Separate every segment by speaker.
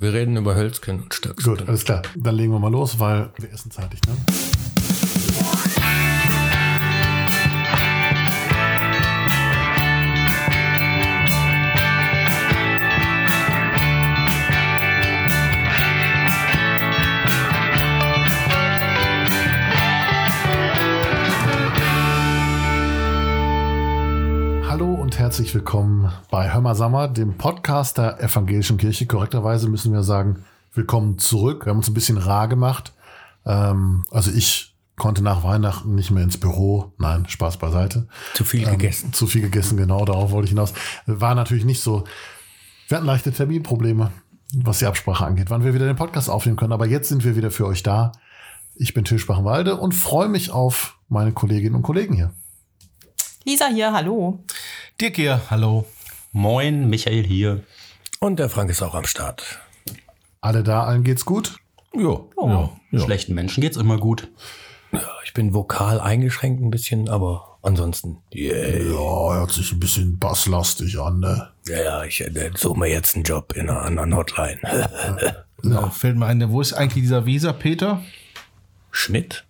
Speaker 1: Wir reden über Hölzchen und Stöckchen.
Speaker 2: Gut, alles klar. Dann legen wir mal los, weil wir essen zeitig, ne? Hallo und herzlich willkommen bei Hörmer Sommer, dem Podcast der Evangelischen Kirche. Korrekterweise müssen wir sagen, willkommen zurück. Wir haben uns ein bisschen rar gemacht. Ähm, also ich konnte nach Weihnachten nicht mehr ins Büro. Nein, Spaß beiseite.
Speaker 1: Zu viel gegessen.
Speaker 2: Ähm, Zu viel gegessen, genau, darauf wollte ich hinaus. War natürlich nicht so. Wir hatten leichte Terminprobleme, was die Absprache angeht, wann wir wieder den Podcast aufnehmen können. Aber jetzt sind wir wieder für euch da. Ich bin Till Spachenwalde und freue mich auf meine Kolleginnen und Kollegen hier.
Speaker 3: Lisa hier, hallo.
Speaker 4: Dirk hier, hallo. Moin, Michael hier.
Speaker 1: Und der Frank ist auch am Start.
Speaker 2: Alle da, allen geht's gut?
Speaker 4: Jo,
Speaker 5: Oh.
Speaker 4: jo, jo. Schlechten Menschen geht's immer gut.
Speaker 1: Ja, Ich bin vokal eingeschränkt ein bisschen, aber ansonsten. Yeah.
Speaker 2: Ja, hört sich ein bisschen basslastig an, ne?
Speaker 1: Ja, ja, ich äh, suche mir jetzt einen Job in einer anderen Hotline.
Speaker 5: Da Äh, fällt mir ein, der- wo ist eigentlich dieser Weser-Peter?
Speaker 1: Schmidt?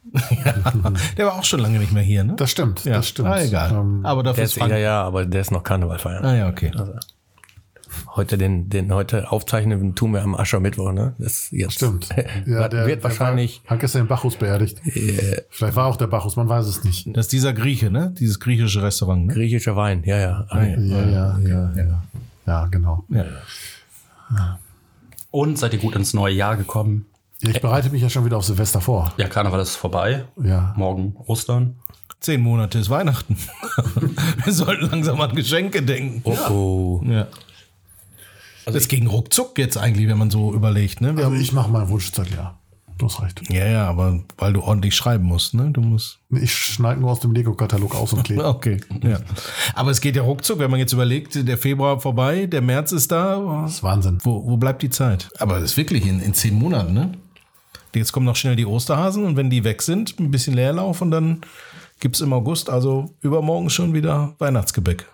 Speaker 5: Der war auch schon lange nicht mehr hier, ne?
Speaker 2: Das stimmt,
Speaker 5: ja.
Speaker 2: das stimmt.
Speaker 5: Ah, egal.
Speaker 2: Ähm, Also-
Speaker 5: Aber dafür
Speaker 1: Der
Speaker 5: ist
Speaker 1: ist,
Speaker 5: Frank.
Speaker 1: ja, ja, aber der ist noch Karneval feiern.
Speaker 5: Ah ja, okay.
Speaker 1: Heute den, den heute aufzeichnen tun wir am Aschermittwoch, ne? Das ist jetzt.
Speaker 2: stimmt.
Speaker 1: Ja, der, wird wahrscheinlich.
Speaker 2: Der, hat gestern den Bacchus beerdigt. Vielleicht war auch der Bacchus, man weiß es nicht.
Speaker 5: Das ist dieser Grieche, ne? Dieses griechische Restaurant, ne?
Speaker 1: Griechischer Wein, ja, ja. Ah, ja.
Speaker 2: Ja, ja, ja, ja. Ja, genau.
Speaker 5: Ja.
Speaker 4: Und seid ihr gut ins neue Jahr gekommen?
Speaker 2: Ja, ich bereite mich ja schon wieder auf Silvester vor.
Speaker 4: Ja, Karneval ist vorbei.
Speaker 2: Ja.
Speaker 4: Morgen Ostern.
Speaker 5: Zehn Monate ist Weihnachten. Wir sollten langsam an Geschenke denken.
Speaker 1: Oh, oh.
Speaker 5: Ja. das ging ruckzuck jetzt eigentlich, wenn man so überlegt, ne? Wir
Speaker 2: Also
Speaker 5: haben,
Speaker 2: ich mache meinen Wunschzettel, ja. Du hast recht.
Speaker 5: ja, ja, aber weil du ordentlich schreiben musst, ne? Du musst.
Speaker 2: Ich schneide nur aus dem Lego-Katalog aus und klebe.
Speaker 5: Okay. Ja. Aber es geht ja ruckzuck, wenn man jetzt überlegt, der Februar vorbei, der März ist da.
Speaker 2: Das ist Wahnsinn.
Speaker 5: Wo, wo bleibt die Zeit? Aber das ist wirklich in, in zehn Monaten, ne? Jetzt kommen noch schnell die Osterhasen und wenn die weg sind, ein bisschen Leerlauf und dann gibt es im August, also übermorgen schon wieder Weihnachtsgebäck.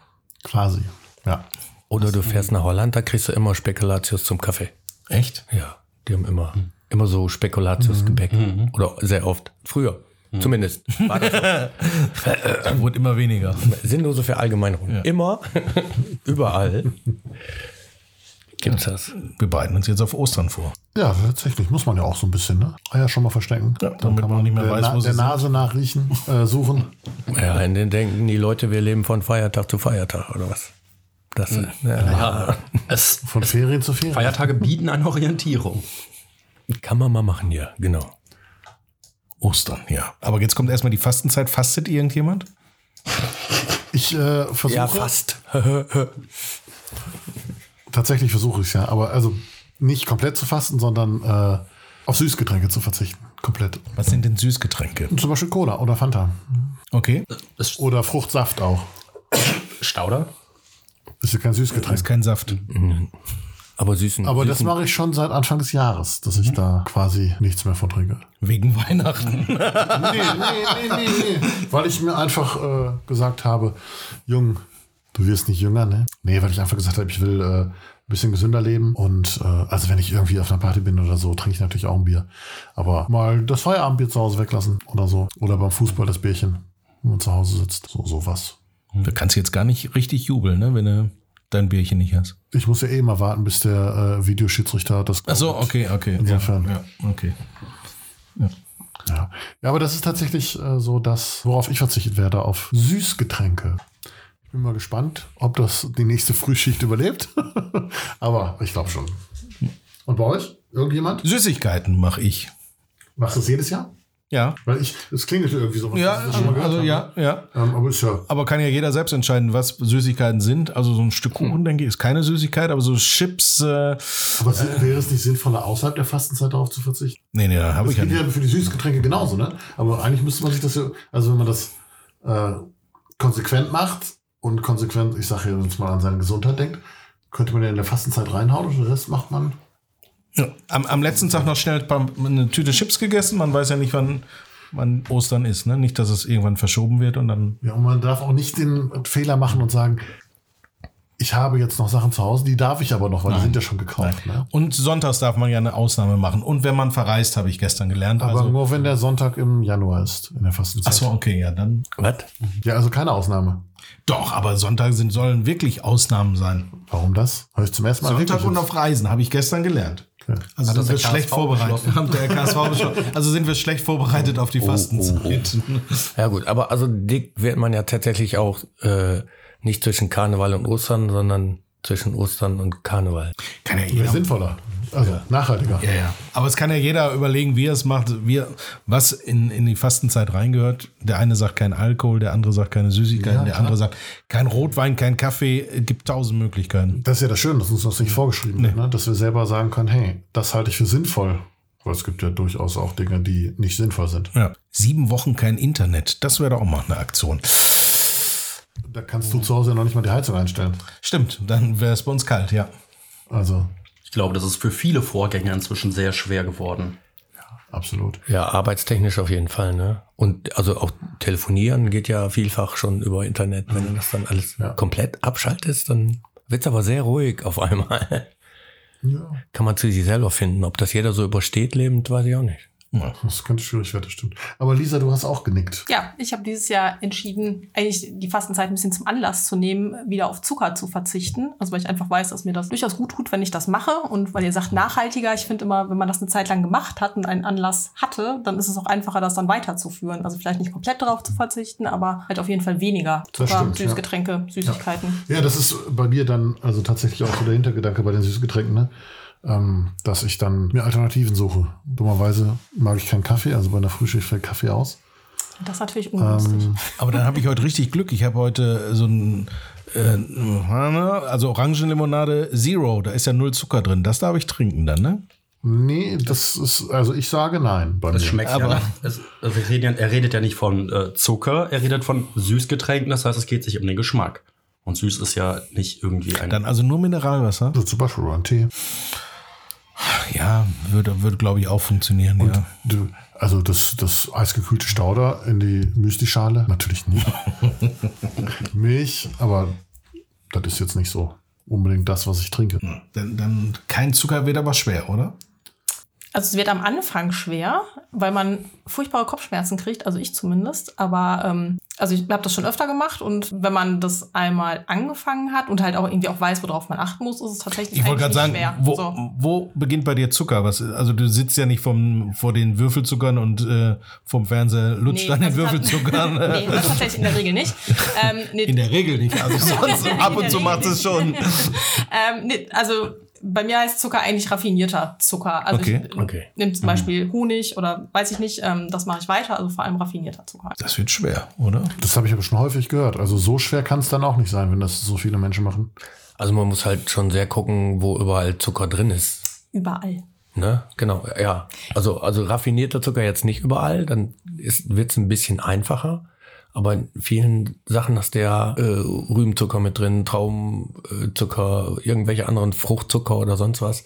Speaker 2: Quasi. Ja.
Speaker 1: Oder du fährst nach Holland, da kriegst du immer Spekulatius zum Kaffee.
Speaker 5: Echt?
Speaker 1: Ja, die haben immer, immer so Spekulatius-Gebäck. Oder sehr oft. Früher. Zumindest. War das
Speaker 5: Wurde immer weniger.
Speaker 1: sinnlose Verallgemeinerung. Immer. Überall. Gibt's das.
Speaker 5: Wir bereiten uns jetzt auf Ostern vor.
Speaker 2: Ja, tatsächlich. Muss man ja auch so ein bisschen, ne? Eier schon mal verstecken.
Speaker 5: Ja, damit man nicht mehr
Speaker 2: der,
Speaker 5: weiß,
Speaker 2: Na
Speaker 5: wo sie
Speaker 2: der
Speaker 5: sind.
Speaker 2: Nase nachriechen, äh, suchen.
Speaker 1: Ja, in den denken die Leute, wir leben von Feiertag zu Feiertag oder was? Das, äh, ja,
Speaker 4: Ja. Es,
Speaker 2: Von Ferien zu Ferien.
Speaker 4: Feiertage bieten eine Orientierung.
Speaker 1: kann man mal machen, ja, genau.
Speaker 5: Ostern, ja. Aber jetzt kommt erstmal die Fastenzeit. Fastet irgendjemand?
Speaker 2: Ich äh, versuche.
Speaker 1: fast.
Speaker 2: Tatsächlich versuche ich es ja, aber also nicht komplett zu fasten, sondern äh, auf Süßgetränke zu verzichten. Komplett.
Speaker 5: Was sind denn Süßgetränke?
Speaker 2: Zum Beispiel Cola oder Fanta.
Speaker 5: Okay.
Speaker 4: Es
Speaker 2: Oder Fruchtsaft auch.
Speaker 4: Stauder.
Speaker 2: Ist ja kein
Speaker 5: Das ist
Speaker 2: Süßgetränk.
Speaker 5: kein Saft.
Speaker 1: Aber süßen.
Speaker 2: Aber
Speaker 5: Mhm.
Speaker 2: das mache ich schon seit Anfang des Jahres, dass ich da quasi nichts mehr von trinke.
Speaker 5: Wegen Weihnachten.
Speaker 2: Nee, nee, nee, nee, nee. Weil ich mir einfach äh, gesagt habe, Jung, du wirst nicht jünger, ne? Nee, weil ich einfach gesagt habe, ich will äh, ein bisschen gesünder leben. Und äh, also wenn ich irgendwie auf einer Party bin oder so, trinke ich natürlich auch ein Bier. Aber mal das Feierabendbier zu Hause weglassen oder so. Oder beim Fußball das Bierchen, wenn man zu Hause sitzt. So, sowas.
Speaker 5: Du kannst jetzt gar nicht richtig jubeln, ne, wenn du dein Bierchen nicht hast.
Speaker 2: Ich muss ja eh immer warten, bis der äh, Videoschiedsrichter das.
Speaker 5: Ach so, okay, okay.
Speaker 2: Insofern.
Speaker 5: Ja, ja, okay.
Speaker 2: Ja. ja, aber das ist tatsächlich äh, so das, worauf ich verzichtet werde, auf Süßgetränke. Ich bin mal gespannt, ob das die nächste Frühschicht überlebt. aber ich glaube schon. Und bei euch? Irgendjemand?
Speaker 5: Süßigkeiten mache ich.
Speaker 2: Machst du das jedes Jahr?
Speaker 5: Ja.
Speaker 2: Weil ich, es klingelt irgendwie so.
Speaker 5: Ja, also ja, ja.
Speaker 2: Ähm, aber ist ja.
Speaker 5: Aber kann ja jeder selbst entscheiden, was Süßigkeiten sind. Also so ein Stück
Speaker 2: Hm.
Speaker 5: Kuchen, denke ich, ist keine Süßigkeit, aber so Chips, äh,
Speaker 2: Aber si- wäre es nicht sinnvoller, außerhalb der Fastenzeit darauf zu verzichten?
Speaker 5: nee, nee, da habe
Speaker 2: Das
Speaker 5: ich ja
Speaker 2: geht
Speaker 5: nicht.
Speaker 2: ja für die Süßgetränke genauso, ne? Aber eigentlich müsste man sich das ja, also wenn man das äh, konsequent macht und konsequent, ich sage jetzt mal an seine Gesundheit denkt, könnte man ja in der Fastenzeit reinhauen und den Rest macht man.
Speaker 5: Ja. Am, am letzten Tag noch schnell ein paar- eine Tüte Chips gegessen. Man weiß ja nicht, wann, wann Ostern ist, ne? Nicht, dass es irgendwann verschoben wird und dann.
Speaker 2: Ja, und man darf auch nicht den Fehler machen und sagen, ich habe jetzt noch Sachen zu Hause, die darf ich aber noch, weil die sind ja schon gekauft. Ne?
Speaker 5: Und sonntags darf man ja eine Ausnahme machen. Und wenn man verreist, habe ich gestern gelernt.
Speaker 2: Aber
Speaker 5: also,
Speaker 2: nur wenn der Sonntag im Januar ist, in der Fastenzeit.
Speaker 5: achso, okay, ja, dann.
Speaker 1: Was?
Speaker 2: Ja, also keine Ausnahme.
Speaker 5: Doch, aber Sonntage sind, sollen wirklich Ausnahmen sein.
Speaker 2: Warum das? Habe ich zum ersten Mal
Speaker 5: Sonntag
Speaker 2: wirklich
Speaker 5: und
Speaker 2: jetzt-
Speaker 5: auf Reisen, habe ich gestern gelernt.
Speaker 2: Okay.
Speaker 5: Also sind wir
Speaker 4: der
Speaker 5: schlecht
Speaker 4: KSV
Speaker 5: vorbereitet.
Speaker 4: beschlossen?
Speaker 5: Hat der KSV beschlossen. Also sind wir schlecht vorbereitet auf die
Speaker 2: Oh,
Speaker 5: Fastenzeit.
Speaker 1: Ja gut, aber also dick wird man ja tatsächlich auch äh, nicht zwischen Karneval und Ostern, sondern zwischen Ostern und Karneval.
Speaker 5: Kann ja
Speaker 2: Wäre
Speaker 5: jeder.
Speaker 2: sinnvoller. Also nachhaltiger.
Speaker 5: Ja, ja. Aber es kann ja jeder überlegen, wie er es macht, wie, er- was in, in die Fastenzeit reingehört. Der eine sagt kein Alkohol, der andere sagt keine Süßigkeiten, der andere sagt kein Rotwein, kein Kaffee. Es gibt tausend Möglichkeiten.
Speaker 2: Das ist ja das Schöne, dass uns das nicht vorgeschrieben wird, ne? dass wir selber sagen können, hey, das halte ich für sinnvoll. Weil es gibt ja durchaus auch Dinge, die nicht sinnvoll sind.
Speaker 5: Ja. Sieben Wochen kein Internet. Das wäre doch auch mal eine Aktion.
Speaker 2: Da kannst
Speaker 4: Mhm.
Speaker 2: du zu Hause ja noch nicht mal die Heizung einstellen.
Speaker 5: Stimmt, dann wäre es bei uns kalt, ja.
Speaker 2: Also,
Speaker 4: Ich glaube, das ist für viele Vorgänger inzwischen sehr schwer geworden.
Speaker 2: absolut.
Speaker 1: Ja, arbeitstechnisch auf jeden Fall, ne? Und also auch telefonieren geht ja vielfach schon über Internet. Wenn du das dann alles komplett abschaltest, dann wird's aber sehr ruhig auf einmal.
Speaker 2: Ja,
Speaker 1: Kann man zu sich selber finden. Ob das jeder so übersteht lebend, weiß ich auch nicht.
Speaker 2: das könnte schwierig werden, das stimmt. Aber Lisa, du hast auch genickt.
Speaker 3: Ja, ich habe dieses Jahr entschieden, eigentlich die Fastenzeit ein bisschen zum Anlass zu nehmen, wieder auf Zucker zu verzichten. Also weil ich einfach weiß, dass mir das durchaus gut tut, wenn ich das mache. Und weil ihr sagt, nachhaltiger, ich finde immer, wenn man das eine Zeit lang gemacht hat und einen Anlass hatte, dann ist es auch einfacher, das dann weiterzuführen. Also vielleicht nicht komplett darauf zu verzichten, aber halt auf jeden Fall weniger.
Speaker 2: Das
Speaker 3: Zucker,
Speaker 2: stimmt, ja.
Speaker 3: Süßgetränke, Süßigkeiten.
Speaker 2: Ja, das ist bei mir dann also tatsächlich auch so der Hintergedanke bei den Süßgetränken, ne? ähm, dass ich dann mir Alternativen suche. Dummerweise mag ich keinen Kaffee, also bei einer Frühschicht fällt Kaffee aus.
Speaker 3: Das ist natürlich ungünstig.
Speaker 2: Ähm,
Speaker 5: Aber dann habe ich heute richtig Glück. Ich habe heute so ein, äh, also Orangenlimonade Zero. Da ist ja null Zucker drin. Das darf ich trinken dann, ne?
Speaker 2: Nee, das ist, also ich sage nein bei
Speaker 4: Das
Speaker 2: mir.
Speaker 4: schmeckt
Speaker 5: Aber-
Speaker 4: ja. nach- Es, also wir reden ja- er redet ja nicht von äh, Zucker, er redet von Süßgetränken, das heißt, es geht sich um den Geschmack. Und süß ist ja nicht irgendwie ein.
Speaker 5: Dann also nur Mineralwasser.
Speaker 2: So Also zum Beispiel über einen Tee.
Speaker 5: Ja, würde, würde glaube ich, auch funktionieren. Ja.
Speaker 2: Du, also das, das eisgekühlte Stauder in die Müslischale? Natürlich nicht. Milch, aber das ist jetzt nicht so unbedingt das, was ich trinke.
Speaker 5: Dann, dann kein Zucker wird aber schwer, oder?
Speaker 3: Also es wird am Anfang schwer, weil man furchtbare Kopfschmerzen kriegt, also ich zumindest. Aber ähm, also ich habe das schon öfter gemacht und wenn man das einmal angefangen hat und halt auch irgendwie auch weiß, worauf man achten muss, ist es tatsächlich
Speaker 5: Ich wollte gerade
Speaker 3: eigentlich
Speaker 5: sagen,
Speaker 3: nicht schwer.
Speaker 5: wo,
Speaker 3: so.
Speaker 5: wo beginnt bei dir Zucker? Was, also du sitzt ja nicht vom, vor den Würfelzuckern und äh, vom Fernseher lutscht an den
Speaker 3: das hat-
Speaker 5: Würfelzuckern.
Speaker 3: also nee, das tatsächlich in der Regel nicht. Ähm, nee,
Speaker 5: In der Regel nicht. Also sonst
Speaker 3: In
Speaker 5: ab und
Speaker 3: der
Speaker 5: zu
Speaker 3: Regel
Speaker 5: macht es
Speaker 3: nicht.
Speaker 5: schon.
Speaker 3: ähm, nee, also bei mir heißt Zucker eigentlich raffinierter Zucker. Also
Speaker 5: Okay, Mhm.
Speaker 3: ich
Speaker 1: okay.
Speaker 3: nehme zum Beispiel Honig oder weiß ich nicht, ähm, das mache ich weiter, also vor allem raffinierter Zucker.
Speaker 5: Das wird schwer, oder?
Speaker 2: Das habe ich aber schon häufig gehört. Also so schwer kann es dann auch nicht sein, wenn das so viele Menschen machen.
Speaker 1: Also man muss halt schon sehr gucken, wo überall Zucker drin ist.
Speaker 3: Überall.
Speaker 1: Ne? Genau, ja. Also, also raffinierter Zucker jetzt nicht überall, dann wird es ein bisschen einfacher. Aber in vielen Sachen hast du ja äh, Rübenzucker mit drin, Traubenzucker, irgendwelche anderen Fruchtzucker oder sonst was,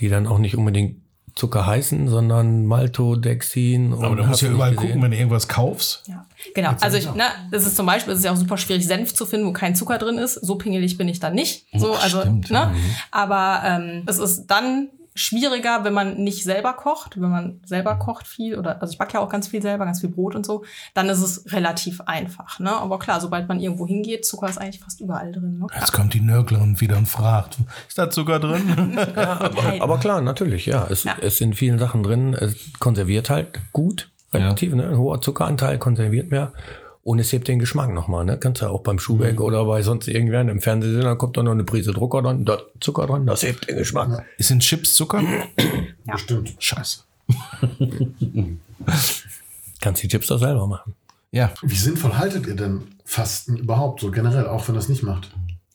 Speaker 1: die dann auch nicht unbedingt Zucker heißen, sondern Maltodextrin.
Speaker 5: Aber du musst ja überall gucken, wenn du irgendwas kaufst.
Speaker 3: Ja, genau. Also ich, ne, das ist zum Beispiel, es ist ja auch super schwierig, Senf zu finden, wo kein Zucker drin ist. So pingelig bin ich dann nicht. So, also,
Speaker 5: stimmt,
Speaker 3: ne? Aber ähm, es ist dann schwieriger, wenn man nicht selber kocht, wenn man selber kocht viel oder also ich backe ja auch ganz viel selber, ganz viel Brot und so, dann ist es relativ einfach. Ne? Aber klar, sobald man irgendwo hingeht, Zucker ist eigentlich fast überall drin. Ne?
Speaker 5: Jetzt kommt die Nörglerin wieder und fragt, ist da Zucker drin?
Speaker 1: Aber, aber klar, natürlich, ja. Es
Speaker 3: Ja.
Speaker 1: ist in vielen Sachen drin. Es konserviert halt gut, relativ, ne? Ein hoher Zuckeranteil konserviert mehr. Und es hebt den Geschmack nochmal, ne? Kannst ja auch beim Schuhwerk
Speaker 5: Mhm.
Speaker 1: oder bei sonst irgendwann im Fernsehsender kommt dann noch eine Prise Drucker dran, da Zucker dran, das hebt den Geschmack.
Speaker 5: Ist in Chips Zucker?
Speaker 3: Ja.
Speaker 5: Bestimmt. Scheiße.
Speaker 1: Kannst die Chips doch selber machen.
Speaker 5: Ja.
Speaker 2: Wie sinnvoll haltet ihr denn Fasten überhaupt so generell, auch wenn das nicht macht?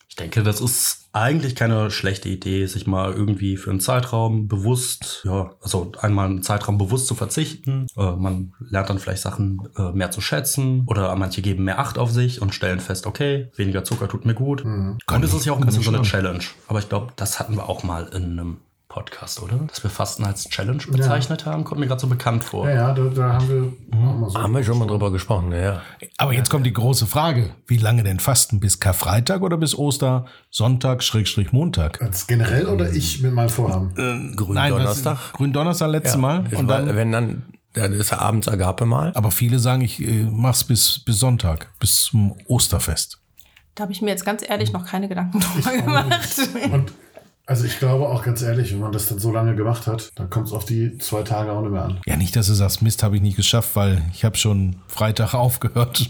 Speaker 4: Ich denke, das ist eigentlich keine schlechte Idee, sich mal irgendwie für einen Zeitraum bewusst, ja, also einmal einen Zeitraum bewusst zu verzichten. Äh, man lernt dann vielleicht Sachen äh, mehr zu schätzen oder manche geben mehr Acht auf sich und stellen fest, okay, weniger Zucker tut mir gut. Und es ist ja auch ein bisschen so eine Challenge. Aber ich glaube, das hatten wir auch mal in einem Podcast, oder? Dass wir Fasten als Challenge bezeichnet haben, kommt mir gerade so bekannt vor.
Speaker 2: Ja, ja, da, da haben wir auch mal so.
Speaker 1: Haben wir schon mal drüber gesprochen, ja.
Speaker 5: Aber jetzt kommt die große Frage. Wie lange denn fasten? Bis Karfreitag oder bis Oster, Sonntag, Schrägstrich Montag?
Speaker 2: Ganz generell oder ich mit meinem Vorhaben?
Speaker 1: Gründonnerstag.
Speaker 5: Gründonnerstag letztes
Speaker 1: Ja.
Speaker 5: Mal.
Speaker 1: Ich
Speaker 5: Und
Speaker 1: war,
Speaker 5: dann,
Speaker 1: wenn dann, dann ist ja abends Agape mal.
Speaker 5: aber viele sagen, ich äh, mach's bis, bis Sonntag, bis zum Osterfest.
Speaker 3: Da habe ich mir jetzt ganz ehrlich noch keine Gedanken drüber gemacht.
Speaker 2: Und also ich glaube auch ganz ehrlich, wenn man das dann so lange gemacht hat, dann kommt es auf die zwei Tage auch nicht mehr an.
Speaker 5: Ja, nicht, dass du sagst, Mist, habe ich nicht geschafft, weil ich habe schon Freitag aufgehört.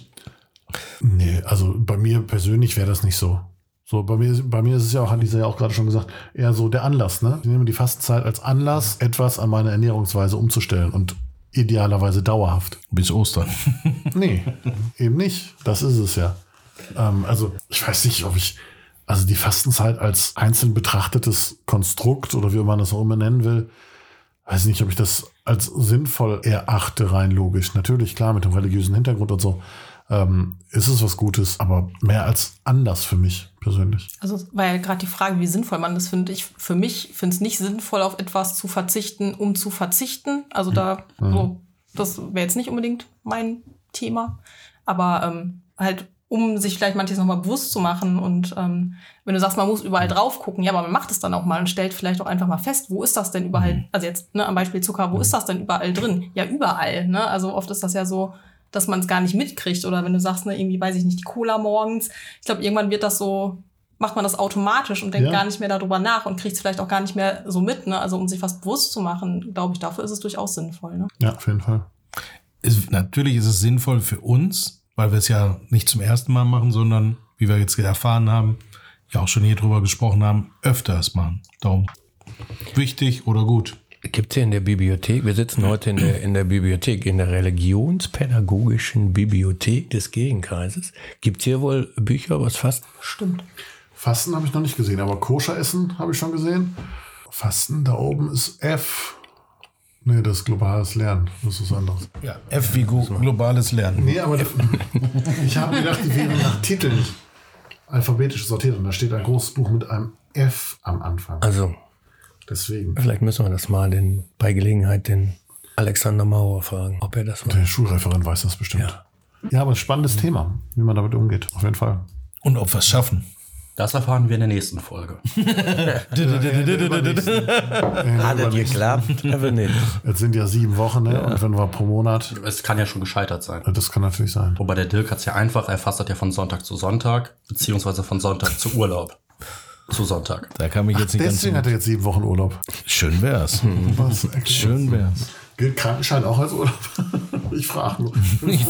Speaker 2: Nee, also bei mir persönlich wäre das nicht so. So, bei mir, bei mir ist es ja auch, hat Lisa ja auch gerade schon gesagt, eher so der Anlass, ne? Ich nehme die Fastenzeit als Anlass, etwas an meiner Ernährungsweise umzustellen und idealerweise dauerhaft.
Speaker 5: Bis Ostern.
Speaker 2: Nee, eben nicht. Das ist es ja. Ähm, also, ich weiß nicht, ob ich, also die Fastenzeit als einzeln betrachtetes Konstrukt oder wie man das auch immer nennen will, weiß nicht, ob ich das als sinnvoll erachte, rein logisch. Natürlich, klar, mit dem religiösen Hintergrund und so ähm, ist es was Gutes, aber mehr als anders für mich persönlich.
Speaker 3: Also es war ja gerade die Frage, wie sinnvoll man das findet. Ich für mich finde es nicht sinnvoll, auf etwas zu verzichten, um zu verzichten. Also da, so, das wäre jetzt nicht unbedingt mein Thema. Aber ähm, halt, um sich vielleicht manches nochmal bewusst zu machen. Und ähm, wenn du sagst, man muss überall drauf gucken, ja, aber man macht es dann auch mal und stellt vielleicht auch einfach mal fest, wo ist das denn
Speaker 2: Mhm.
Speaker 3: überall? Also jetzt, ne, am Beispiel Zucker, wo ist das denn überall drin? Ja, überall. Ne? Also oft ist das ja so, dass man es gar nicht mitkriegt. Oder wenn du sagst, ne, irgendwie, weiß ich nicht, die Cola morgens. Ich glaube, irgendwann wird das so, macht man das automatisch und denkt
Speaker 2: Ja.
Speaker 3: gar nicht mehr darüber nach und kriegt es vielleicht auch gar nicht mehr so mit. Ne? Also um sich was bewusst zu machen, glaube ich, dafür ist es durchaus sinnvoll. Ne?
Speaker 2: Ja, auf jeden Fall.
Speaker 5: ist, natürlich ist es sinnvoll für uns, weil wir es ja nicht zum ersten Mal machen, sondern wie wir jetzt erfahren haben, ja auch schon hier drüber gesprochen haben, öfters machen. Darum wichtig oder gut.
Speaker 1: Gibt es hier in der Bibliothek, wir sitzen heute in der, in der Bibliothek, in der religionspädagogischen Bibliothek des Gegenkreises. Gibt es hier wohl Bücher über das Fasten?
Speaker 3: Stimmt.
Speaker 2: Fasten habe ich noch nicht gesehen, aber Koscher essen habe ich schon gesehen. Fasten da oben ist F. Nee, das ist globales Lernen. Das ist was anderes.
Speaker 5: Ja, F wie Go- globales Lernen.
Speaker 2: Nee, aber ich habe gedacht, die wären nach Titeln alphabetisch sortiert. Und da steht ein großes Buch mit einem F am Anfang.
Speaker 1: Also,
Speaker 2: Deswegen.
Speaker 1: vielleicht müssen wir das mal den, bei Gelegenheit den Alexander Maurer fragen, ob er das weiß.
Speaker 2: Der Schulreferent weiß das bestimmt. Ja, aber ein spannendes Thema, wie man damit umgeht. Auf jeden Fall.
Speaker 5: Und ob wir es schaffen.
Speaker 4: Das erfahren wir in der nächsten Folge.
Speaker 1: Hat das geklappt? Aber nicht.
Speaker 2: Jetzt sind ja sieben Wochen, ne? Und wenn wir pro Monat.
Speaker 4: Es kann ja schon gescheitert sein.
Speaker 2: Das kann natürlich sein.
Speaker 4: Wobei der Dirk hat es ja einfach, er fasst das ja von Sonntag zu Sonntag, beziehungsweise von Sonntag zu Urlaub. Zu Sonntag.
Speaker 5: Da kam ich jetzt nicht ganz.
Speaker 2: Deswegen hat er jetzt sieben Wochen Urlaub.
Speaker 5: Schön wär's.
Speaker 2: Was?
Speaker 5: Schön wär's.
Speaker 2: Gilt Krankenschein auch als Urlaub? Ich frage nur. Ich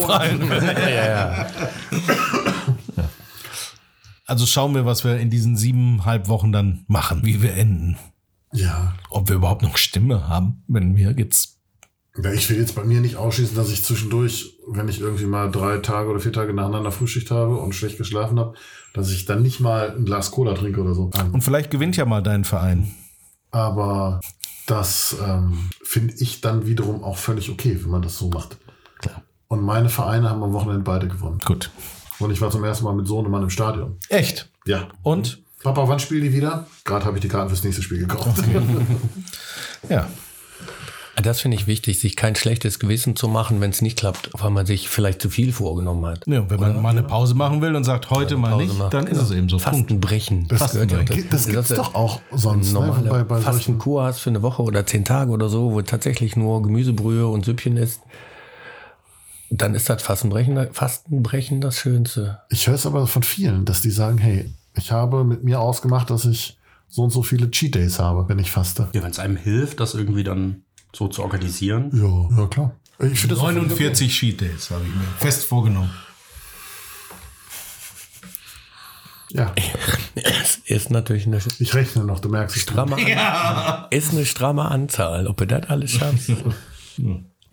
Speaker 5: Also schauen wir, was wir in diesen siebeneinhalb Wochen dann machen, wie wir enden.
Speaker 2: Ja,
Speaker 5: Ob wir überhaupt noch Stimme haben, wenn wir jetzt.
Speaker 2: Ja, ich will jetzt bei mir nicht ausschließen, dass ich zwischendurch, wenn ich irgendwie mal drei Tage oder vier Tage nacheinander Frühschicht habe und schlecht geschlafen habe, dass ich dann nicht mal ein Glas Cola trinke oder so.
Speaker 5: Und vielleicht gewinnt ja mal dein Verein.
Speaker 2: Aber das ähm, finde ich dann wiederum auch völlig okay, wenn man das so macht. Und meine Vereine haben am Wochenende beide gewonnen.
Speaker 5: Gut.
Speaker 2: Und ich war zum ersten Mal mit Sohnemann im Stadion.
Speaker 5: Echt.
Speaker 2: Ja.
Speaker 5: Und?
Speaker 2: Papa, wann spielen die wieder? Gerade habe ich die Karten fürs nächste Spiel gekauft.
Speaker 5: Ja.
Speaker 1: Das finde ich wichtig, sich kein schlechtes Gewissen zu machen, wenn es nicht klappt, weil man sich vielleicht zu viel vorgenommen hat.
Speaker 5: Ja, wenn man mal eine Pause machen will und sagt, heute mal
Speaker 1: Pause
Speaker 5: nicht,
Speaker 1: macht.
Speaker 5: dann ist es eben so. Punkt.
Speaker 1: Fasten brechen. Das
Speaker 5: gehört ja
Speaker 2: Das, das gibt es doch auch sonst. Ne?
Speaker 1: normale
Speaker 2: Bei, bei solchen
Speaker 1: Fastenkur hast für eine Woche oder zehn Tage oder so, wo tatsächlich nur Gemüsebrühe und Süppchen ist, dann ist das Fastenbrechen, Fastenbrechen das Schönste.
Speaker 2: Ich höre es aber von vielen, dass die sagen, hey, ich habe mit mir ausgemacht, dass ich so und so viele Cheat Days habe, wenn ich faste.
Speaker 4: Ja, wenn es einem hilft, das irgendwie dann so zu organisieren.
Speaker 2: Ja, ja klar. Ich finde das auch völlig
Speaker 5: 49 Sheet Days habe ich mir fest vorgenommen.
Speaker 2: Okay. Ja,
Speaker 1: Es ist natürlich eine
Speaker 2: ich rechne noch, du merkst es.
Speaker 1: stramme, An ist eine stramme Anzahl, ob du das alles schaffst.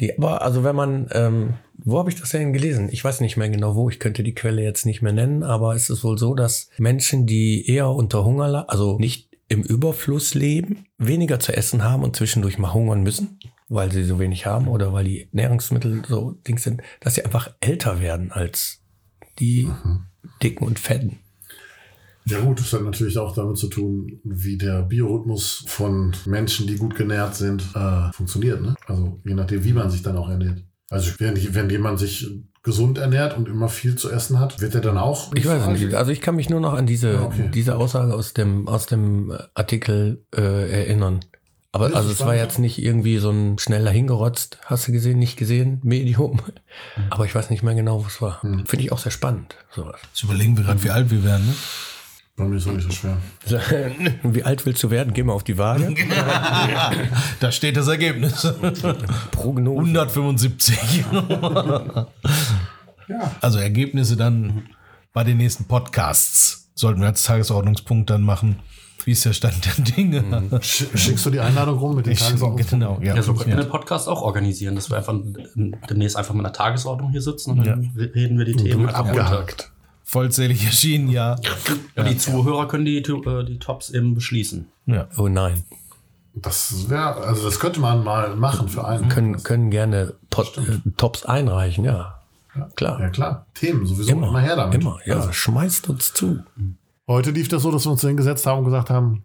Speaker 1: Die, aber also wenn man, ähm, wo habe ich das denn gelesen? Ich weiß nicht mehr genau wo, ich könnte die Quelle jetzt nicht mehr nennen, aber es ist wohl so, dass Menschen, die eher unter Hunger, la- also nicht im Überfluss leben, weniger zu essen haben und zwischendurch mal hungern müssen, weil sie so wenig haben oder weil die Nahrungsmittel so Dings sind, dass sie einfach älter werden als die Dicken und Fetten.
Speaker 2: Ja gut, das hat natürlich auch damit zu tun, wie der Biorhythmus von Menschen, die gut genährt sind, äh, funktioniert. Ne? Also je nachdem, wie man sich dann auch ernährt. Also wenn, wenn jemand sich gesund ernährt und immer viel zu essen hat, wird er dann auch.
Speaker 1: Ich weiß es nicht. Also ich kann mich nur noch an diese,
Speaker 2: Ja, Ah, okay.
Speaker 1: diese Aussage aus dem, aus dem Artikel äh, erinnern. Aber
Speaker 2: Ja,
Speaker 1: also
Speaker 2: das
Speaker 1: es war
Speaker 2: war-
Speaker 1: jetzt nicht irgendwie so ein schneller hingerotzt, hast du gesehen, nicht gesehen, Medium.
Speaker 2: Hm.
Speaker 1: Aber ich weiß nicht mehr genau, was war. Finde ich auch sehr spannend, sowas.
Speaker 5: Jetzt überlegen wir gerade, wie alt wir werden. Ne?
Speaker 2: Bei mir ist auch nicht so schwer.
Speaker 1: Wie alt willst du werden? Geh mal auf die Waage.
Speaker 5: Da steht das Ergebnis.
Speaker 1: Prognose.
Speaker 5: 175. Also Ergebnisse dann bei den nächsten Podcasts. Sollten wir als Tagesordnungspunkt dann machen. Wie ist der Stand der Dinge?
Speaker 2: Sch schickst du die Einladung rum mit den
Speaker 5: Ich,
Speaker 2: kleinen Socken?
Speaker 5: genau, ja.
Speaker 4: Ja, so könnten wir
Speaker 5: ja.
Speaker 4: den Podcast auch organisieren, dass wir einfach demnächst einfach mit einer Tagesordnung hier sitzen und dann reden wir die Themen
Speaker 2: Wird
Speaker 4: einfach runter.
Speaker 2: abgehakt.
Speaker 5: Vollzählig erschienen, ja.
Speaker 4: Ja, die Zuhörer können die, äh, die Tops eben beschließen.
Speaker 5: ja.
Speaker 1: Oh nein.
Speaker 2: Das wäre, also das könnte man mal machen für einen.
Speaker 1: Können, können gerne Pod, äh, Tops einreichen, ja. Klar.
Speaker 2: Ja klar. Themen sowieso
Speaker 1: Immer,
Speaker 2: immer, her damit. Also
Speaker 1: Immer, ja. Schmeißt uns zu.
Speaker 2: Heute lief das so, dass wir uns hingesetzt haben und gesagt haben,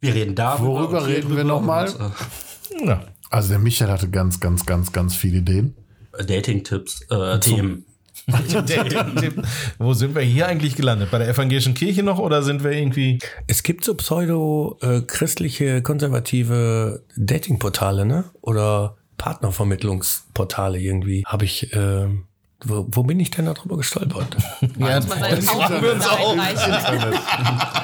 Speaker 4: Wir reden darüber.
Speaker 2: Worüber
Speaker 4: und hier
Speaker 2: reden wir
Speaker 4: drüber
Speaker 2: nochmal?
Speaker 4: und,
Speaker 5: ja.
Speaker 2: also der Michael hatte ganz, ganz, ganz, ganz viele Ideen.
Speaker 4: Äh, Dating-Tipps, äh, Themen.
Speaker 5: Wo sind wir hier eigentlich gelandet? Bei der evangelischen Kirche noch oder sind wir irgendwie.
Speaker 1: Es gibt so pseudo-christliche, konservative Datingportale, ne? Oder Partnervermittlungsportale irgendwie. Habe ich, ähm, wo, wo bin ich denn da drüber gestolpert?
Speaker 5: Ja,
Speaker 3: Man seine Kaufgründe einreichen.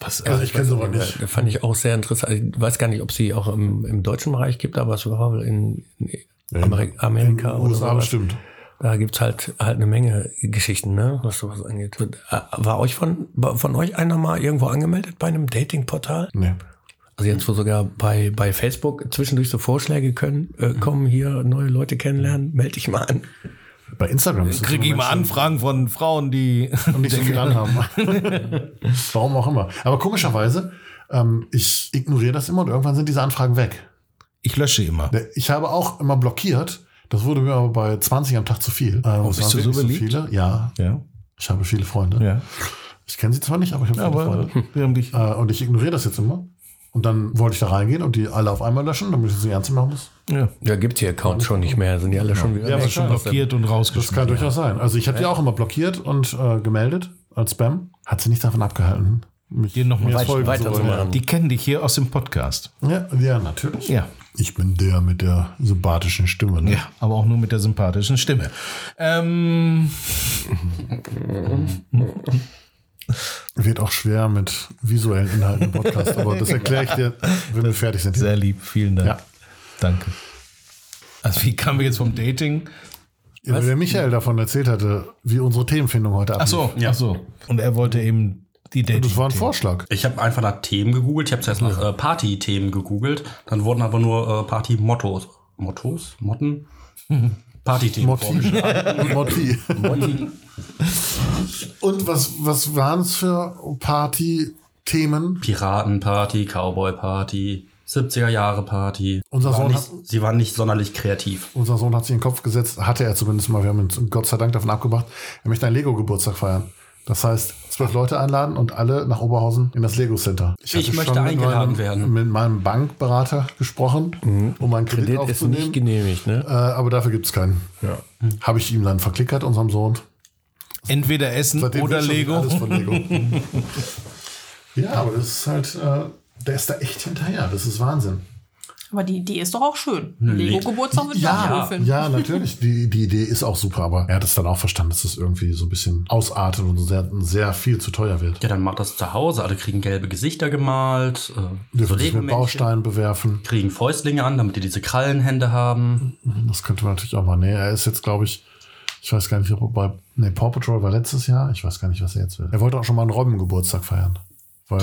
Speaker 2: Also ich kenne sowas nicht.
Speaker 1: Das Äh, fand ich auch sehr interessant. Also, Ich weiß gar nicht, ob sie auch im, im deutschen Bereich gibt, aber es war wohl in, in Ameri Amerika
Speaker 2: In den
Speaker 1: oder
Speaker 2: USA
Speaker 1: sowas.
Speaker 2: bestimmt.
Speaker 1: Da gibt's halt halt eine Menge Geschichten, ne, was sowas angeht. Und, äh, War euch von war von euch einer mal irgendwo angemeldet bei einem Datingportal?
Speaker 2: Nee.
Speaker 1: Also jetzt wo sogar bei bei Facebook zwischendurch so Vorschläge können äh, kommen hier neue Leute kennenlernen, melde dich mal an.
Speaker 2: Bei Instagram ist das
Speaker 5: Kriege ich
Speaker 2: immer
Speaker 5: mal Anfragen von Frauen, die.
Speaker 2: und nicht so viel anhaben. Warum auch immer. Aber komischerweise, ähm, ich ignoriere das immer und irgendwann sind diese Anfragen weg.
Speaker 5: Ich lösche immer.
Speaker 2: Ne, Ich habe auch immer blockiert. Das wurde mir aber bei 20 am Tag zu viel. Ähm, es
Speaker 5: Oh, bist
Speaker 2: waren
Speaker 5: du so
Speaker 2: wirklich
Speaker 5: beliebt?
Speaker 2: viele. Ja,
Speaker 5: Ja.
Speaker 2: ich habe viele Freunde.
Speaker 5: Ja.
Speaker 2: Ich kenne sie zwar nicht, aber ich habe viele
Speaker 5: Aber
Speaker 2: Freunde.
Speaker 5: wir haben dich.
Speaker 2: Äh, und ich ignoriere das jetzt immer. Und dann wollte ich da reingehen und die alle auf einmal löschen, damit ich das nicht ernst machen muss.
Speaker 5: Ja.
Speaker 1: Da gibt's die Accounts schon nicht mehr, sind die alle schon wieder
Speaker 2: Ja,
Speaker 1: weg.
Speaker 2: aber
Speaker 5: Schon blockiert und
Speaker 2: Das kann
Speaker 5: rausgeschmissen.
Speaker 2: durchaus sein. Also ich habe die auch immer blockiert und äh, gemeldet als Spam. Hat sie nicht davon abgehalten. Mich
Speaker 5: Hier noch mal
Speaker 2: mir
Speaker 5: weit-
Speaker 2: folgen zu wollen.
Speaker 1: weiterzumachen.
Speaker 5: Die kennen dich hier aus dem Podcast.
Speaker 2: Ja, ja, natürlich.
Speaker 5: Ja.
Speaker 2: Ich bin der mit der sympathischen Stimme. Ne?
Speaker 5: Ja, aber auch nur mit der sympathischen Stimme. Ähm,
Speaker 2: Wird auch schwer mit visuellen Inhalten im Podcast, aber das erkläre ich dir, wenn wir fertig sind.
Speaker 5: sehr lieb, vielen Dank.
Speaker 2: Ja.
Speaker 5: Danke. Also wie kamen wir jetzt vom Dating?
Speaker 2: Ja, weil der Michael davon erzählt hatte, wie unsere Themenfindung heute
Speaker 5: Ach
Speaker 2: ablief.
Speaker 5: so, ach so. Und er wollte eben die Dating.
Speaker 2: Das war ein Vorschlag.
Speaker 4: Ich habe einfach nach Themen gegoogelt. Ich habe zuerst nach äh, Party-Themen gegoogelt. Dann wurden aber nur äh, Party-Mottos. Mottos? Motten? Party-Themen
Speaker 2: Motti.
Speaker 4: vorgeschlagen.
Speaker 2: Motti. Und was, was waren es für Party-Themen?
Speaker 4: Piratenparty, Cowboy-Party, 70er-Jahre-Party.
Speaker 2: Unser
Speaker 4: War
Speaker 2: Sohn
Speaker 4: nicht-
Speaker 2: hat-
Speaker 4: Sie waren nicht sonderlich kreativ.
Speaker 2: Unser Sohn hat sich in den Kopf gesetzt, hatte er zumindest mal, wir haben ihn Gott sei Dank davon abgebracht, er möchte einen Lego-Geburtstag feiern. Das heißt, zwölf Leute einladen und alle nach Oberhausen in das Lego-Center.
Speaker 4: Ich
Speaker 2: hatte
Speaker 4: möchte
Speaker 2: schon mit
Speaker 4: eingeladen
Speaker 2: meinem,
Speaker 4: werden.
Speaker 2: Mit meinem Bankberater gesprochen, um einen Kredit,
Speaker 1: Kredit ist nicht
Speaker 2: aufzunehmen.
Speaker 1: genehmigt, ne?
Speaker 2: äh, aber dafür gibt es keinen. Habe ich ihm dann verklickert, unserem Sohn.
Speaker 5: Entweder Essen
Speaker 2: Seitdem
Speaker 5: oder
Speaker 2: will ich schon
Speaker 5: Lego.
Speaker 2: Alles von Lego. ja, aber das ist halt, äh, der ist da echt hinterher. Das ist Wahnsinn.
Speaker 3: Aber die Idee ist doch auch schön.
Speaker 4: Leg-
Speaker 3: Lego-Geburtstag würde ich auch cool finden.
Speaker 2: ja, natürlich. Die, die Idee ist auch super, aber er hat es dann auch verstanden, dass es irgendwie so ein bisschen ausartet und sehr, sehr viel zu teuer wird.
Speaker 4: Ja, dann macht das zu Hause. Alle kriegen gelbe Gesichter gemalt. Äh,
Speaker 2: Dürfen sich mit
Speaker 4: Lego-Männchen.
Speaker 2: Bausteinen bewerfen.
Speaker 4: Kriegen Fäustlinge an, damit die diese Krallenhände haben.
Speaker 2: Das könnte man natürlich auch mal. Nee, er ist jetzt, glaube ich, ich weiß gar nicht, ob er bei. Nee, Paw Patrol war letztes Jahr. Ich weiß gar nicht, was er jetzt will. Er wollte auch schon mal einen Robbengeburtstag feiern. Weil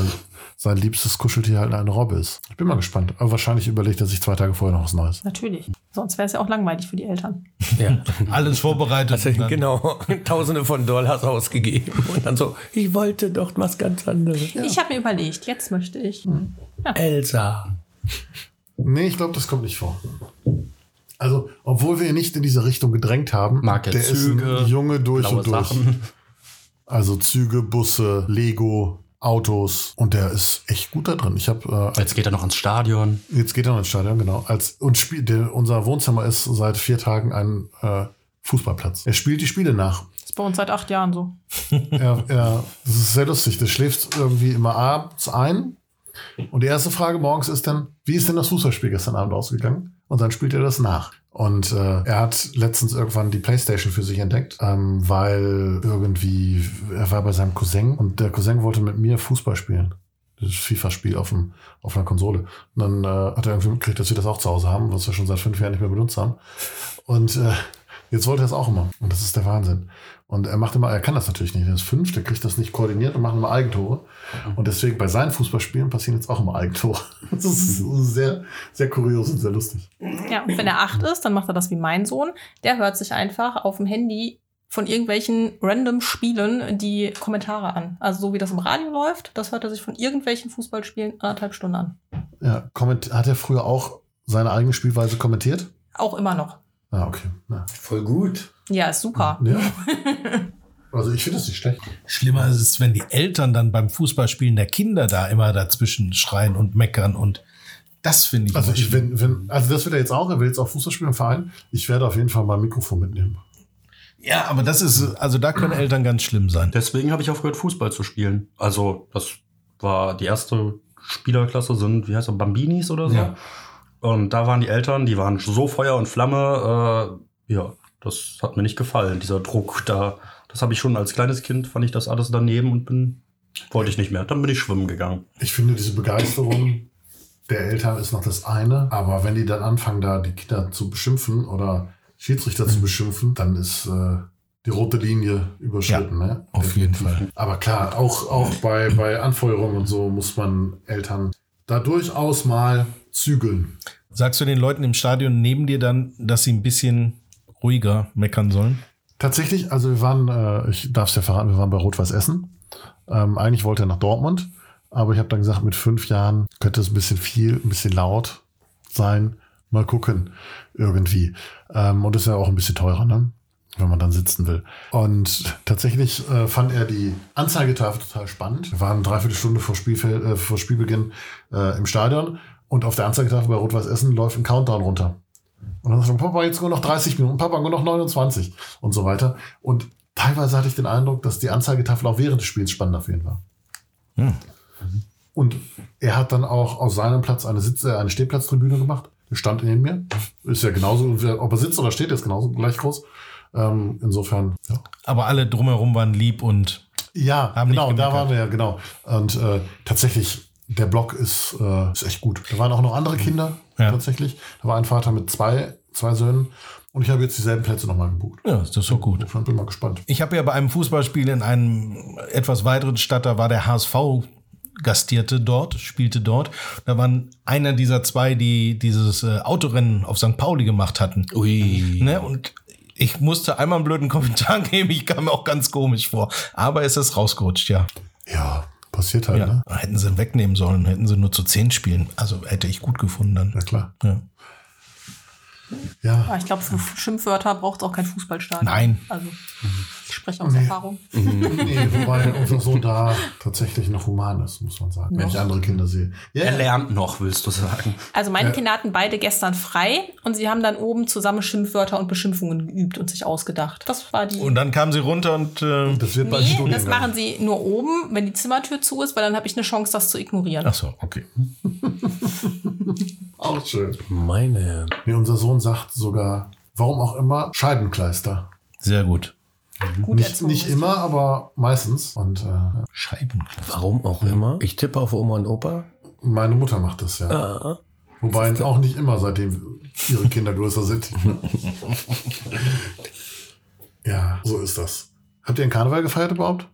Speaker 2: sein liebstes Kuscheltier halt eine Robbe ist. Ich bin mal gespannt. Aber wahrscheinlich überlegt er sich zwei Tage vorher noch was Neues.
Speaker 3: Natürlich. Sonst wäre es ja auch langweilig für die Eltern.
Speaker 1: Ja.
Speaker 5: Alles vorbereitet.
Speaker 1: Also,
Speaker 5: und dann-
Speaker 1: genau, Tausende von Dollars ausgegeben und dann so, ich wollte doch was ganz anderes.
Speaker 3: Ich habe mir überlegt, jetzt möchte ich.
Speaker 1: Elsa.
Speaker 2: Nee, ich glaube, das kommt nicht vor. Also, obwohl wir ihn nicht in diese Richtung gedrängt haben,
Speaker 4: Mag er
Speaker 2: der
Speaker 4: Züge,
Speaker 2: ist ein Junge durch
Speaker 4: blaue
Speaker 2: und durch.
Speaker 4: Sachen.
Speaker 2: Also Züge, Busse, Lego, Autos. Und der ist echt gut da drin. Ich habe äh,
Speaker 4: Jetzt geht er noch ans Stadion.
Speaker 2: Jetzt geht er noch ins Stadion, genau. Als, und spielt, der, unser Wohnzimmer ist seit vier Tagen ein äh, Fußballplatz. Er spielt die Spiele nach.
Speaker 3: Ist bei uns seit acht Jahren so.
Speaker 2: Er, er, das ist sehr lustig. Der schläft irgendwie immer abends ein. Und die erste Frage morgens ist dann, wie ist denn das Fußballspiel gestern Abend ausgegangen? Und dann spielt er das nach. Und äh, er hat letztens irgendwann die Playstation für sich entdeckt, ähm, weil irgendwie, er war bei seinem Cousin und der Cousin wollte mit mir Fußball spielen. Das FIFA-Spiel auf, dem- auf einer Konsole. Und dann äh, hat er irgendwie mitgekriegt, dass wir das auch zu Hause haben, was wir schon seit fünf Jahren nicht mehr benutzt haben. Und äh, jetzt wollte er es auch immer. Und das ist der Wahnsinn. Und er macht immer, er kann das natürlich nicht. Er ist fünf, der kriegt das nicht koordiniert und macht immer Eigentore. Und deswegen bei seinen Fußballspielen passieren jetzt auch immer Eigentore. Das ist sehr, sehr kurios und sehr lustig.
Speaker 3: Ja, und wenn er acht ist, dann macht er das wie mein Sohn. Der hört sich einfach auf dem Handy von irgendwelchen random Spielen die Kommentare an. Also so wie das im Radio läuft, das hört er sich von irgendwelchen Fußballspielen anderthalb Stunden an.
Speaker 2: Ja, komment hat er früher auch seine eigene Spielweise kommentiert?
Speaker 3: Auch immer noch.
Speaker 2: Ah, okay. Ja.
Speaker 1: Voll gut.
Speaker 3: Ja, ist super.
Speaker 2: ja. Also ich finde das nicht schlecht.
Speaker 5: Schlimmer ist es, wenn die Eltern dann beim Fußballspielen der Kinder da immer dazwischen schreien und meckern und das finde ich.
Speaker 2: Also
Speaker 5: immer
Speaker 2: ich,
Speaker 5: schlimm.
Speaker 2: wenn, wenn, also das will er jetzt auch, er will jetzt auch Fußball spielen im Verein. Ich werde auf jeden Fall mein Mikrofon mitnehmen.
Speaker 5: ja, aber das ist, also da können Eltern ganz schlimm sein.
Speaker 4: Deswegen habe ich aufgehört, Fußball zu spielen. Also, das war die erste Spielerklasse, sind, wie heißt das, Bambinis oder so.
Speaker 5: Ja.
Speaker 4: Und da waren die Eltern, die waren so Feuer und Flamme. Äh, ja, das hat mir nicht gefallen, dieser Druck da. Das habe ich schon als kleines Kind, fand ich das alles daneben und bin, wollte ich nicht mehr. Dann bin ich schwimmen gegangen.
Speaker 2: Ich finde diese Begeisterung der Eltern ist noch das eine, aber wenn die dann anfangen, da die Kinder zu beschimpfen oder Schiedsrichter
Speaker 5: Mhm.
Speaker 2: zu beschimpfen, dann ist äh, die rote Linie überschritten. ne?
Speaker 5: Auf jeden Fall.
Speaker 2: Aber klar, auch, auch bei, bei Anfeuerung und so muss man Eltern da durchaus mal zügeln.
Speaker 5: Sagst du den Leuten im Stadion neben dir dann, dass sie ein bisschen ruhiger meckern sollen?
Speaker 2: Tatsächlich, also wir waren, äh, ich darf es ja verraten, wir waren bei Rot-Weiß Essen. Ähm, eigentlich wollte er nach Dortmund, aber ich habe dann gesagt, mit fünf Jahren könnte es ein bisschen viel, ein bisschen laut sein. Mal gucken, irgendwie. Ähm, und ist ja auch ein bisschen teurer, ne? wenn man dann sitzen will. Und tatsächlich äh, fand er die Anzeigetafel total spannend. Wir waren dreiviertel Stunde vor, Spielfeld, äh, vor Spielbeginn äh, im Stadion und auf der Anzeigetafel bei Rot-Weiß Essen läuft ein Countdown runter. Und dann sagt er, Papa, jetzt nur noch 30 Minuten, Papa, nur noch 29 und so weiter. Und teilweise hatte ich den Eindruck, dass die Anzeigetafel auch während des Spiels spannender für ihn war.
Speaker 5: Hm.
Speaker 2: Und er hat dann auch aus seinem Platz eine, Sitz äh, eine Stehplatztribüne gemacht. Der stand neben mir. Ist ja genauso, ob er sitzt oder steht, ist genauso gleich groß. Ähm, insofern, ja.
Speaker 5: Aber alle drumherum waren lieb und
Speaker 2: Ja,
Speaker 5: Haben nicht
Speaker 2: genau, da
Speaker 5: gemeckert.
Speaker 2: waren wir ja, genau. Und äh, tatsächlich, der Block ist, äh, ist echt gut. Da waren auch noch andere Kinder
Speaker 5: Mhm. Ja.
Speaker 2: tatsächlich. Da war ein Vater mit zwei, zwei Söhnen. Und ich habe jetzt dieselben Plätze nochmal gebucht.
Speaker 5: ja, ist das so gut.
Speaker 2: Ich bin mal gespannt.
Speaker 5: Ich habe ja bei einem Fußballspiel in einem etwas weiteren Stadt, da war der HSV gastierte dort, spielte dort. Da waren einer dieser zwei, die dieses äh, Autorennen auf St. Pauli gemacht hatten.
Speaker 1: Ui.
Speaker 5: Ne? Und ich musste einmal einen blöden Kommentar geben, ich kam mir auch ganz komisch vor. Aber es ist rausgerutscht, ja.
Speaker 2: Ja, passiert halt,
Speaker 5: ja.
Speaker 2: ne?
Speaker 5: Hätten sie ihn wegnehmen sollen, hätten sie nur zu zehn spielen. Also hätte ich gut gefunden dann.
Speaker 2: Ja, klar.
Speaker 5: Ja.
Speaker 2: Ja.
Speaker 3: Aber Ah, ich glaube, für Schimpfwörter braucht es auch kein Fußballstadion.
Speaker 5: Nein.
Speaker 3: Also, ich spreche aus Erfahrung.
Speaker 2: Nee, wobei unser Sohn da tatsächlich noch human ist, muss man sagen. Wenn ich andere Kinder sehe. Ja,
Speaker 4: Er lernt noch, willst du sagen.
Speaker 3: Also meine Kinder hatten beide gestern frei und sie haben dann oben zusammen Schimpfwörter und Beschimpfungen geübt und sich ausgedacht. Das war die.
Speaker 5: Und dann kamen sie runter und äh,
Speaker 2: das wird bald
Speaker 3: nee,
Speaker 2: Studien.
Speaker 3: das machen sie nur oben, wenn die Zimmertür zu ist, weil dann habe ich eine Chance, das zu ignorieren.
Speaker 5: ach so, okay.
Speaker 3: Oh.
Speaker 2: Auch schön.
Speaker 1: Meine.
Speaker 2: Nee, unser Sohn sagt sogar, warum auch immer, Scheibenkleister.
Speaker 5: Sehr gut.
Speaker 3: Gut
Speaker 2: Nicht,
Speaker 3: erzogen.
Speaker 2: nicht immer, aber meistens. Und äh,
Speaker 5: Scheiben.
Speaker 1: Warum auch immer. Ich tippe auf Oma und Opa.
Speaker 2: meine Mutter macht das ja.
Speaker 1: Ah.
Speaker 2: Wobei auch nicht immer, seitdem ihre Kinder größer sind. ja, so ist das. Habt ihr einen Karneval gefeiert überhaupt?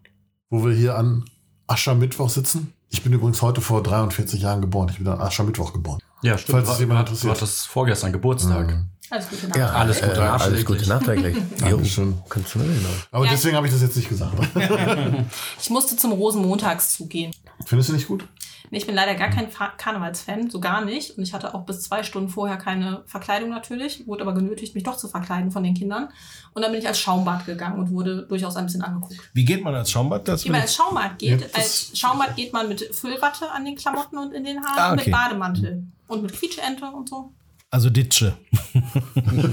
Speaker 2: Wo wir hier an Aschermittwoch sitzen? Ich bin übrigens heute vor 43 Jahren geboren. Ich bin an Aschermittwoch geboren.
Speaker 4: Ja,
Speaker 2: Falls es jemand interessiert.
Speaker 4: Du hattest vorgestern Geburtstag.
Speaker 2: Mhm.
Speaker 3: Alles Gute Nacht.
Speaker 1: Ja,
Speaker 4: Alles Gute,
Speaker 1: Äh, alles
Speaker 4: nachträglich.
Speaker 1: Gute nachträglich. jo,
Speaker 2: Dankeschön.
Speaker 1: kannst du mir erinnern.
Speaker 2: Aber
Speaker 3: Ja.
Speaker 2: deswegen habe ich das jetzt nicht gesagt.
Speaker 3: Ich musste zum Rosenmontagszug gehen.
Speaker 2: Findest du nicht gut?
Speaker 3: Nee, ich bin leider gar kein Fa Karnevalsfan, so gar nicht. Und ich hatte auch bis zwei Stunden vorher keine Verkleidung natürlich, wurde aber genötigt, mich doch zu verkleiden von den Kindern. Und dann bin ich als Schaumbad gegangen und wurde durchaus ein bisschen angeguckt.
Speaker 5: Wie geht man als Schaumbad dazu?
Speaker 3: Wie man als Schaumbad geht,
Speaker 2: Ja, das-
Speaker 3: als Schaumbad geht man mit Füllwatte an den Klamotten und in den Haaren,
Speaker 5: Ah, okay.
Speaker 3: mit Bademantel
Speaker 2: Mhm.
Speaker 3: und mit Quietscheente und so.
Speaker 5: Also Ditsche.
Speaker 2: Mhm.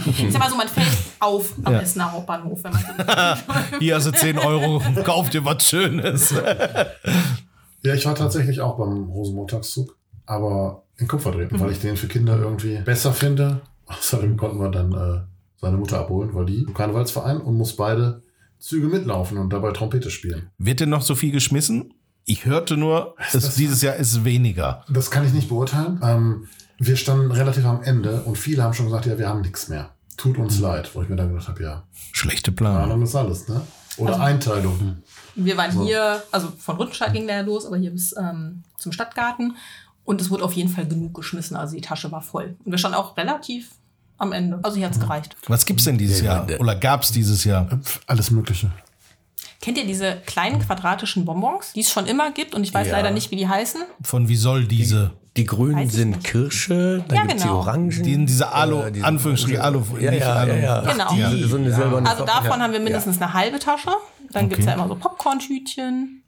Speaker 3: Ich sag mal so, man fällt auf am
Speaker 5: Ja.
Speaker 3: Essener Hauptbahnhof, wenn man so
Speaker 5: Hier hast du 10 Euro, kauf dir was Schönes.
Speaker 2: Ja, ich war tatsächlich auch beim Rosenmontagszug, aber in Kupferdreh, weil ich den für Kinder irgendwie besser finde. Außerdem konnten wir dann äh, seine Mutter abholen, weil die im Karnevalsverein und muss beide Züge mitlaufen und dabei Trompete spielen.
Speaker 5: Wird denn noch so viel geschmissen? Ich hörte nur, es, dieses Jahr ist weniger.
Speaker 2: Das kann ich nicht beurteilen. Ähm, wir standen relativ am Ende und viele haben schon gesagt, ja, wir haben nichts mehr. Tut uns leid, wo ich mir dann gedacht habe, Mhm. ja,
Speaker 5: Schlechte Planung.
Speaker 2: Planung ist alles, ne? Oder Einteilung.
Speaker 3: Wir waren
Speaker 2: So.
Speaker 3: hier, also von Rüttenscheid ging der ja los, aber hier bis ähm, zum Stadtgarten. Und es wurde auf jeden Fall genug geschmissen, also die Tasche war voll. Und wir standen auch relativ am Ende. Also hier hat's gereicht.
Speaker 5: Was gibt's denn dieses Jahr? Oder gab's dieses Jahr?
Speaker 2: Pf, Alles Mögliche.
Speaker 3: Kennt ihr diese kleinen quadratischen Bonbons, die es schon immer gibt? Und ich weiß
Speaker 1: Ja.
Speaker 3: leider nicht, wie die heißen.
Speaker 5: Von wie soll diese?
Speaker 1: Die Grünen
Speaker 3: Weiß ich
Speaker 1: sind
Speaker 3: nicht.
Speaker 1: Kirsche, dann
Speaker 3: Ja,
Speaker 1: gibt's
Speaker 3: genau.
Speaker 1: die Orangen.
Speaker 5: Die, diese Alu,
Speaker 1: Äh, diese-
Speaker 5: Anführungsstriche Alu,
Speaker 1: ja,
Speaker 5: nicht
Speaker 1: ja,
Speaker 5: Alu.
Speaker 1: ja, ja.
Speaker 3: Genau.
Speaker 1: Ach, die,
Speaker 3: Ja.
Speaker 1: so eine silberne
Speaker 3: Also
Speaker 1: Socken,
Speaker 3: davon
Speaker 1: ja.
Speaker 3: haben wir mindestens eine halbe Tasche. Dann gibt's ja immer so Popcorn-Tütchen,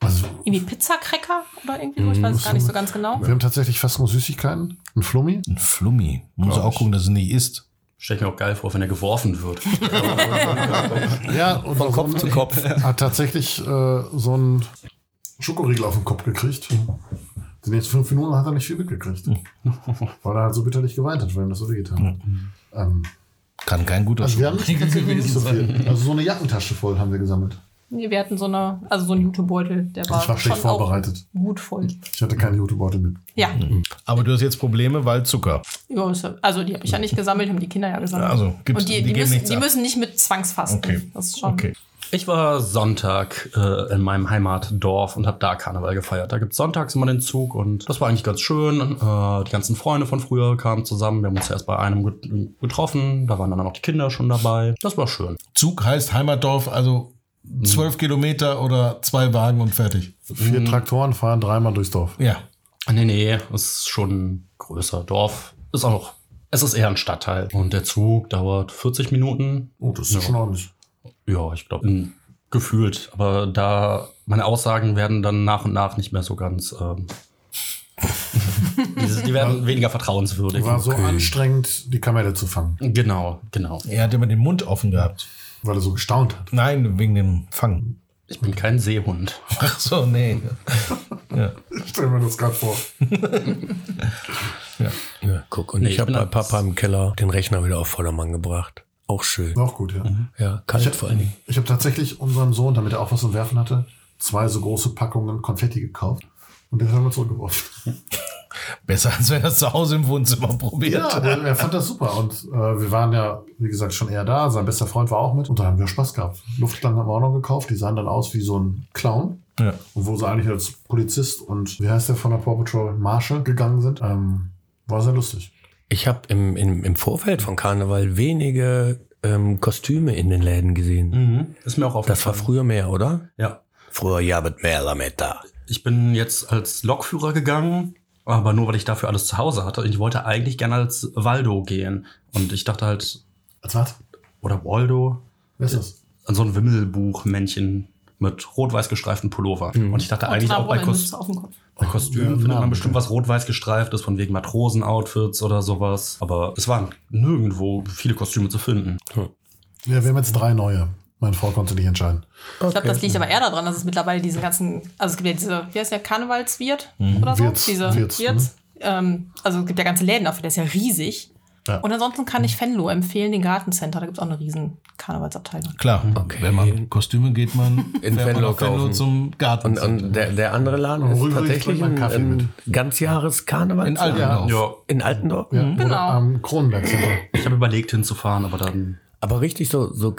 Speaker 2: Also,
Speaker 3: irgendwie Pizzakräcker oder irgendwie so. Ich weiß es gar nicht so ganz genau.
Speaker 2: wir haben tatsächlich fast nur Süßigkeiten. Ein Flummi.
Speaker 5: Ein Flummi. Muss auch gucken, dass es nicht ist.
Speaker 4: Stell ich mir auch geil vor, wenn er geworfen wird.
Speaker 2: Ja, und von Kopf zu Kopf. Hat tatsächlich äh, so einen Schokoriegel auf den Kopf gekriegt. Die nächsten fünf Minuten hat er nicht viel mitgekriegt. Weil er halt so bitterlich geweint hat, weil ihm das so wehgetan hat. Ähm,
Speaker 5: Kann kein guter
Speaker 2: also wir haben
Speaker 5: Schoko-
Speaker 2: nicht tatsächlich nicht so viel. Also so eine Jackentasche voll haben wir gesammelt.
Speaker 3: Nee, wir hatten so eine, also so einen Jutebeutel, der war,
Speaker 2: Ich war schlecht
Speaker 3: schon auch
Speaker 2: vorbereitet.
Speaker 3: gut voll.
Speaker 2: Ich hatte keinen Jutebeutel mit.
Speaker 3: Ja,
Speaker 5: Aber du hast jetzt Probleme, weil Zucker.
Speaker 3: Ja, ist ja- also die habe ich ja nicht gesammelt, haben die Kinder ja gesammelt.
Speaker 5: Also, gibt's-
Speaker 3: und die,
Speaker 5: die
Speaker 3: die,
Speaker 5: geben
Speaker 3: müssen,
Speaker 5: nichts
Speaker 3: die
Speaker 5: ab.
Speaker 3: müssen nicht mit Zwangsfasten.
Speaker 5: Okay.
Speaker 3: Das ist schon.
Speaker 5: Okay.
Speaker 4: Ich war Sonntag äh, in meinem Heimatdorf und habe da Karneval gefeiert. Da gibt's sonntags immer den Zug und das war eigentlich ganz schön. Äh, die ganzen Freunde von früher kamen zusammen. Wir haben uns erst bei einem get getroffen. Da waren dann auch die Kinder schon dabei. Das war schön.
Speaker 5: Zug heißt Heimatdorf, also
Speaker 1: Hm.
Speaker 5: zwölf Kilometer oder zwei Wagen und fertig.
Speaker 2: Vier Traktoren fahren dreimal durchs Dorf.
Speaker 5: Ja.
Speaker 4: Nee, nee, ist schon ein größer Dorf. Ist auch noch. Es ist eher ein Stadtteil. Und der Zug dauert 40 Minuten.
Speaker 2: Oh, das ist
Speaker 4: Ja.
Speaker 2: schon ordentlich.
Speaker 4: Ja, ich glaube,
Speaker 1: Mhm.
Speaker 4: gefühlt. Aber da meine Aussagen werden dann nach und nach nicht mehr so ganz. Ähm, die, die werden weniger vertrauenswürdig.
Speaker 2: War so anstrengend, die Kamelle zu fangen,
Speaker 4: Genau, genau.
Speaker 5: Er hat immer den Mund offen gehabt.
Speaker 2: weil er so gestaunt hat.
Speaker 5: Nein, wegen dem Fang.
Speaker 4: Ich bin kein Seehund.
Speaker 5: Ach so, nee.
Speaker 2: Ich stell mir das gerade vor.
Speaker 1: Ja, guck, und
Speaker 4: Nee,
Speaker 1: ich
Speaker 4: ich
Speaker 1: habe
Speaker 4: bin
Speaker 1: bei
Speaker 4: da-
Speaker 1: Papa im Keller den Rechner wieder auf Vordermann gebracht. Auch schön.
Speaker 2: Auch gut, ja.
Speaker 1: Ja, kalt vor allen Dingen.
Speaker 2: Ich habe tatsächlich unserem Sohn, damit er auch was zum Werfen hatte, zwei so große Packungen Konfetti gekauft. Und den haben wir zurückgeworfen.
Speaker 5: Besser, als wenn er es zu Hause im Wohnzimmer probiert.
Speaker 2: Ja, der, er fand das super. Und äh, wir waren ja, wie gesagt, schon eher da. Sein bester Freund war auch mit. Und da haben wir Spaß gehabt. Luftschlangen haben wir auch noch gekauft. Die sahen dann aus wie so ein Clown.
Speaker 5: Ja.
Speaker 2: Und wo sie eigentlich als Polizist und, wie heißt der von der Paw Patrol, Marshall gegangen sind. Ähm, war sehr lustig.
Speaker 1: Ich habe im, im, im Vorfeld von Karneval wenige ähm, Kostüme in den Läden gesehen.
Speaker 2: Mhm.
Speaker 4: Ist mir auch aufgefallen.
Speaker 1: Das war früher mehr, oder?
Speaker 4: Ja.
Speaker 1: Mhm. Früher ja mit mehr damit da.
Speaker 4: Ich bin jetzt als Lokführer gegangen, aber nur weil ich dafür alles zu Hause hatte. Und ich wollte eigentlich gerne als Waldo gehen. Und ich dachte halt,
Speaker 2: Als was?
Speaker 4: oder Waldo,
Speaker 2: Wer ist das?
Speaker 4: so ein Wimmelbuchmännchen mit rot-weiß gestreiften Pullover.
Speaker 2: Mhm.
Speaker 4: Und ich dachte eigentlich
Speaker 3: Und
Speaker 4: auch bei,
Speaker 3: Rahmen
Speaker 4: Kos
Speaker 3: ist auf dem Kopf.
Speaker 4: bei Kostümen
Speaker 2: ja,
Speaker 4: findet
Speaker 2: Namen,
Speaker 4: man bestimmt was rot-weiß gestreiftes, von wegen Matrosenoutfits oder sowas. Aber es waren nirgendwo viele Kostüme zu finden.
Speaker 2: Ja, wir haben jetzt drei neue. Meine Frau konnte nicht entscheiden.
Speaker 3: Ich glaube, das liegt aber eher daran, dass es mittlerweile diesen ganzen, also es gibt ja diese, wie heißt der, Karnevalswirt
Speaker 5: Mhm.
Speaker 3: oder so?
Speaker 2: Wirts,
Speaker 3: diese
Speaker 2: Wirts,
Speaker 5: ne?
Speaker 3: Ähm, also es gibt ja ganze Läden dafür, der ist ja riesig.
Speaker 2: Ja.
Speaker 3: Und ansonsten kann ich Fenlo empfehlen, den Gartencenter, da gibt es auch eine riesen Karnevalsabteilung.
Speaker 5: Klar, wenn man Kostüme geht, man
Speaker 1: In
Speaker 5: fährt man
Speaker 1: Venlo
Speaker 5: auf Venlo
Speaker 1: kaufen.
Speaker 5: zum Garten.
Speaker 1: Und, und der, der andere Laden
Speaker 2: Und
Speaker 1: ist
Speaker 2: rüber
Speaker 1: tatsächlich
Speaker 2: bringt
Speaker 1: ein,
Speaker 2: man Kaffee
Speaker 1: ein
Speaker 2: mit.
Speaker 1: ganzjahres Karneval.
Speaker 5: in Altendorf.
Speaker 4: Ja,
Speaker 1: In Altendorf?
Speaker 2: Ja.
Speaker 3: Genau.
Speaker 2: Am Kronenberg sind wir.
Speaker 4: ich habe überlegt hinzufahren, aber dann
Speaker 1: Aber richtig so, so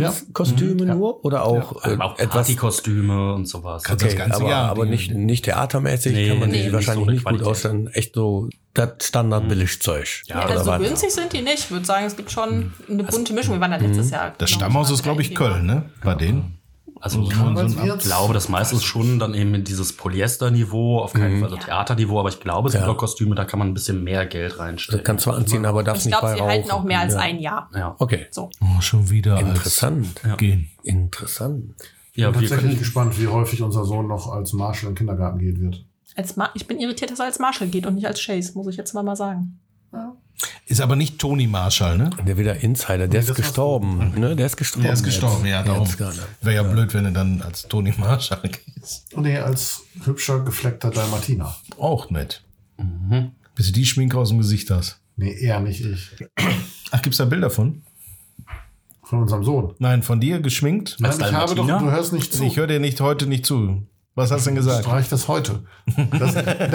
Speaker 1: Karnevalskostüme nur oder Mhm. auch, äh,
Speaker 4: auch
Speaker 1: etwas.
Speaker 4: Partykostüme und sowas.
Speaker 5: Kannst das ganze
Speaker 1: aber,
Speaker 5: Jahr
Speaker 1: aber
Speaker 5: die-
Speaker 1: nicht, nicht theatermäßig
Speaker 4: Nee,
Speaker 1: kann man
Speaker 4: nee,
Speaker 1: sich
Speaker 4: nicht
Speaker 1: wahrscheinlich
Speaker 4: so eine
Speaker 1: nicht gut
Speaker 4: Qualität.
Speaker 1: aus, dann echt so das Standard-Billig-Zeug.
Speaker 4: Ja,
Speaker 1: Oder
Speaker 3: also so
Speaker 1: was?
Speaker 3: günstig sind die nicht. Ich würde sagen, es gibt schon eine bunte Mischung. Wir waren da letztes Jahr.
Speaker 5: Mhm. Das
Speaker 3: glaub
Speaker 5: Stammhaus
Speaker 3: mal
Speaker 5: ist, glaube ich,
Speaker 3: mit einem
Speaker 5: Köln, ne? Bei denen.
Speaker 4: Also ich
Speaker 5: Nur
Speaker 2: Damals
Speaker 5: so ein Ab-
Speaker 2: wird's-
Speaker 4: glaube, das meiste ist schon dann eben dieses Polyester-Niveau, auf keinen Fall so Theaterniveau, aber ich glaube, es gibt
Speaker 1: Ja.
Speaker 4: auch Kostüme, da kann man ein bisschen mehr Geld reinstecken.
Speaker 1: Das kannst du Also zwar anziehen, aber darfst
Speaker 3: Ich
Speaker 1: nicht
Speaker 3: glaube,
Speaker 1: bei
Speaker 3: sie halten
Speaker 1: rauchen.
Speaker 3: auch mehr als
Speaker 1: ja.
Speaker 3: ein Jahr.
Speaker 4: ja.
Speaker 1: Okay.
Speaker 3: So.
Speaker 5: Oh, schon wieder. als
Speaker 1: Interessant.
Speaker 5: Gehen.
Speaker 1: Interessant.
Speaker 4: ja wir
Speaker 2: Tatsächlich
Speaker 4: können,
Speaker 2: gespannt, wie häufig unser Sohn noch als Marshall in den Kindergarten gehen wird.
Speaker 3: Als Ma ich bin irritiert, dass er als Marshall geht und nicht als Chase, muss ich jetzt mal, mal sagen.
Speaker 5: Ist aber nicht Tony Marshall, ne?
Speaker 1: Der wieder Insider, der ist
Speaker 2: das war's.
Speaker 1: gestorben. Ne? Der ist gestorben.
Speaker 5: Der ist gestorben,
Speaker 1: jetzt.
Speaker 5: ja, darum.
Speaker 1: Jetzt gerade.
Speaker 5: Wäre ja blöd, wenn er dann als Tony Marshall gehst.
Speaker 2: Und Oh, nee, als hübscher, gefleckter Dalmatiner.
Speaker 5: Auch nett.
Speaker 1: Mhm.
Speaker 5: Bis du die Schminke aus dem Gesicht hast.
Speaker 2: Nee, er, nicht ich.
Speaker 5: Ach, gibt's da Bilder von?
Speaker 2: Von unserem Sohn.
Speaker 5: Nein, von dir geschminkt?
Speaker 2: Nein, ich
Speaker 4: Dalmatiner?
Speaker 2: habe doch, du hörst nicht zu.
Speaker 5: Ich höre dir nicht heute nicht zu. Was hast du denn gesagt?
Speaker 2: Streich das heute.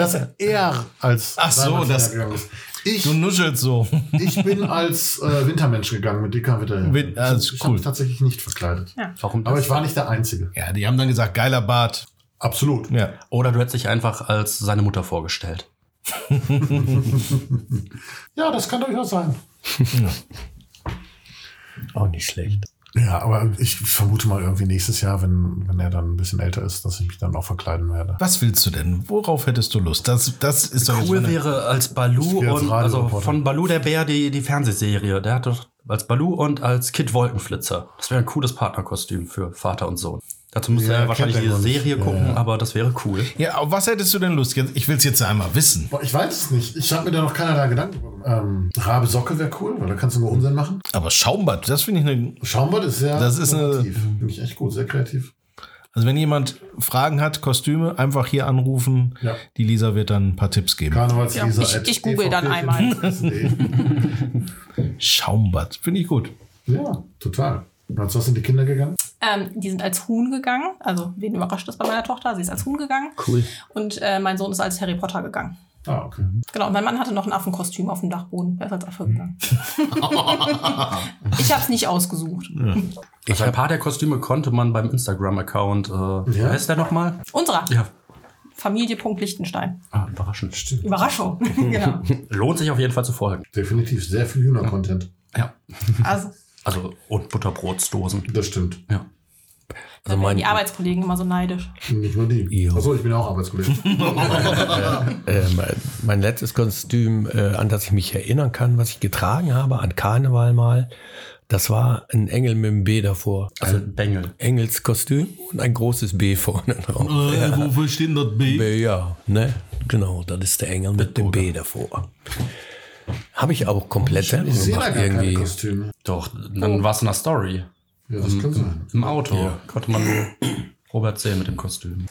Speaker 2: Dass, dass er als
Speaker 5: Ach so,
Speaker 2: Dalmatiner
Speaker 5: das-
Speaker 2: gegangen ist. Ich,
Speaker 5: Du nuschelst so.
Speaker 2: ich bin als äh, Wintermensch gegangen mit dicker Winterjacke.
Speaker 5: Win- ah, ist
Speaker 2: ich ich
Speaker 5: cool.
Speaker 2: habe mich tatsächlich nicht verkleidet.
Speaker 4: warum
Speaker 2: Aber
Speaker 4: das?
Speaker 2: ich war nicht der Einzige.
Speaker 5: Ja, die haben dann gesagt, geiler Bart.
Speaker 2: Absolut.
Speaker 5: Ja.
Speaker 4: Oder du hättest dich einfach als seine Mutter vorgestellt.
Speaker 2: Ja, das kann durchaus sein.
Speaker 1: Auch nicht schlecht.
Speaker 2: Ja, aber ich vermute mal irgendwie nächstes Jahr, wenn, wenn er dann ein bisschen älter ist, dass ich mich dann auch verkleiden werde.
Speaker 5: Was willst du denn? Worauf hättest du Lust? Das, das ist doch jetzt
Speaker 4: Cool
Speaker 5: meine-
Speaker 4: wäre als Balu
Speaker 2: Ich wäre als
Speaker 4: und also
Speaker 2: Radioreporter.
Speaker 4: von Balu der Bär die, die Fernsehserie. Der hat doch als Balu und als Kid Wolkenflitzer. Das wäre ein cooles Partnerkostüm für Vater und Sohn. Dazu müsste
Speaker 2: Ja,
Speaker 4: er wahrscheinlich
Speaker 2: kennt er
Speaker 4: diese
Speaker 2: noch nicht.
Speaker 4: Serie gucken, aber das wäre cool.
Speaker 5: Ja, auf was hättest du denn Lust? Jetzt- Ich will es jetzt einmal wissen.
Speaker 2: Boah, ich weiß es nicht. Ich habe mir da noch keinerlei Gedanken drüber gemacht. Ähm, Rabe Socke wäre cool, weil da kannst du nur Unsinn machen.
Speaker 5: Aber Schaumbad, das finde ich eine.
Speaker 2: Schaumbad ist sehr
Speaker 5: Das ist eine-
Speaker 2: kreativ. Finde ich echt gut, sehr kreativ.
Speaker 5: Also, wenn jemand Fragen hat, Kostüme, einfach hier anrufen.
Speaker 2: Ja.
Speaker 5: Die Lisa wird dann ein paar Tipps geben.
Speaker 2: Karnevalsleser.
Speaker 3: Ja, ich-
Speaker 2: at
Speaker 3: ich google dann
Speaker 2: evp.de.
Speaker 3: einmal.
Speaker 5: Schaumbad, finde ich gut.
Speaker 2: ja, total. Und als was sind die Kinder gegangen?
Speaker 3: Ähm, die sind als Huhn gegangen. Also, wen überrascht das bei meiner Tochter? Sie ist als Huhn gegangen.
Speaker 1: Cool.
Speaker 3: Und äh, mein Sohn ist als Harry Potter gegangen.
Speaker 2: Ah, okay.
Speaker 3: Genau, und mein Mann hatte noch ein Affenkostüm auf dem Dachboden. Er ist als Affe gegangen. ich habe es nicht ausgesucht.
Speaker 4: Also ein paar der Kostüme konnte man beim Instagram-Account. Äh, Wer heißt der nochmal?
Speaker 3: Unserer.
Speaker 4: Ja.
Speaker 3: Familie Punkt Lichtenstein.
Speaker 4: Ah, überraschend. Stimmt.
Speaker 3: Überraschung. genau.
Speaker 4: Lohnt sich auf jeden Fall zu folgen.
Speaker 2: Definitiv sehr viel Hühner-Content.
Speaker 4: Ja.
Speaker 3: Also,
Speaker 4: Also und Butterbrotsdosen.
Speaker 2: Das stimmt.
Speaker 4: Ja.
Speaker 3: also
Speaker 1: mein-
Speaker 3: die Arbeitskollegen immer so neidisch.
Speaker 2: Nicht nur die.
Speaker 1: Jo.
Speaker 2: Achso, ich bin ja auch Arbeitskollege.
Speaker 1: Äh, mein- mein letztes Kostüm, äh, an das ich mich erinnern kann, was ich getragen habe, an Karneval mal, das war ein Engel mit einem B davor.
Speaker 4: Also Bengel.
Speaker 1: Engelskostüm und ein großes B vorne drauf.
Speaker 5: Wofür steht das B?
Speaker 1: B, ja, ne? Genau, das ist der Engel mit dem B davor. Habe ich auch komplett selber
Speaker 2: Ich sehe da
Speaker 1: gemacht
Speaker 2: gar keine
Speaker 1: irgendwie.
Speaker 2: Kostüme.
Speaker 4: Doch,
Speaker 3: Oh.
Speaker 4: dann war es in der Story.
Speaker 2: Ja, das kann sein.
Speaker 4: Im Auto konnte man Robert sehen mit dem Kostüm.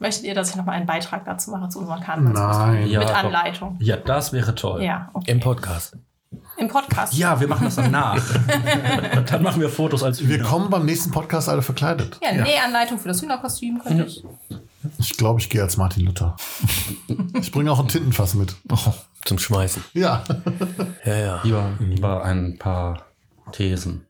Speaker 3: Möchtet ihr, dass ich nochmal einen Beitrag dazu mache zu unserem Karnevalskostüm?
Speaker 2: Nein.
Speaker 4: Ja,
Speaker 3: Mit
Speaker 4: doch.
Speaker 3: Anleitung.
Speaker 4: Ja, das wäre toll.
Speaker 3: Ja, okay.
Speaker 1: Im Podcast.
Speaker 3: Im Podcast.
Speaker 4: Ja, wir machen das dann nach. Und dann machen wir Fotos als
Speaker 2: Wir kommen beim nächsten Podcast alle verkleidet.
Speaker 3: Ja, Mhm. Nähanleitung für das Hühnerkostüm könnte ich.
Speaker 2: Ich glaube, ich gehe als Martin Luther. Ich bringe auch ein Tintenfass mit.
Speaker 1: Zum Schmeißen.
Speaker 2: Ja.
Speaker 1: Ja, ja.
Speaker 4: Lieber, lieber ein paar Thesen.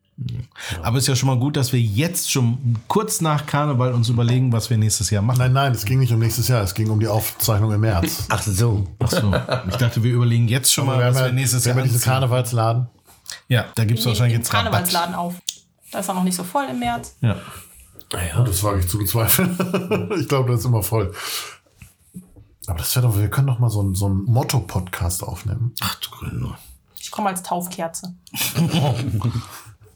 Speaker 5: Aber ist ja schon mal gut, dass wir jetzt schon kurz nach Karneval uns überlegen, was wir nächstes Jahr machen.
Speaker 2: Nein, nein, es ging nicht um nächstes Jahr. Es ging um die Aufzeichnung im März.
Speaker 1: Ach so.
Speaker 5: Ach so. Ich dachte, wir überlegen jetzt schon mal,
Speaker 2: Wir haben
Speaker 5: was
Speaker 2: ja-
Speaker 5: wir nächstes
Speaker 2: wir
Speaker 5: Jahr
Speaker 2: haben ja diesen
Speaker 5: anziehen.
Speaker 2: Karnevalsladen.
Speaker 5: Ja, da gibt es wahrscheinlich
Speaker 3: Im
Speaker 5: jetzt Rabatt.
Speaker 3: Karnevalsladen auf. Da ist er noch nicht so voll im März.
Speaker 5: Ja.
Speaker 1: Naja.
Speaker 2: Das wage ich zu bezweifeln. ich glaube, das ist immer voll. Aber das wäre doch, wir können doch mal so einen so einen Motto-Podcast aufnehmen.
Speaker 5: Ach du Grüne.
Speaker 3: Ich komme als Taufkerze.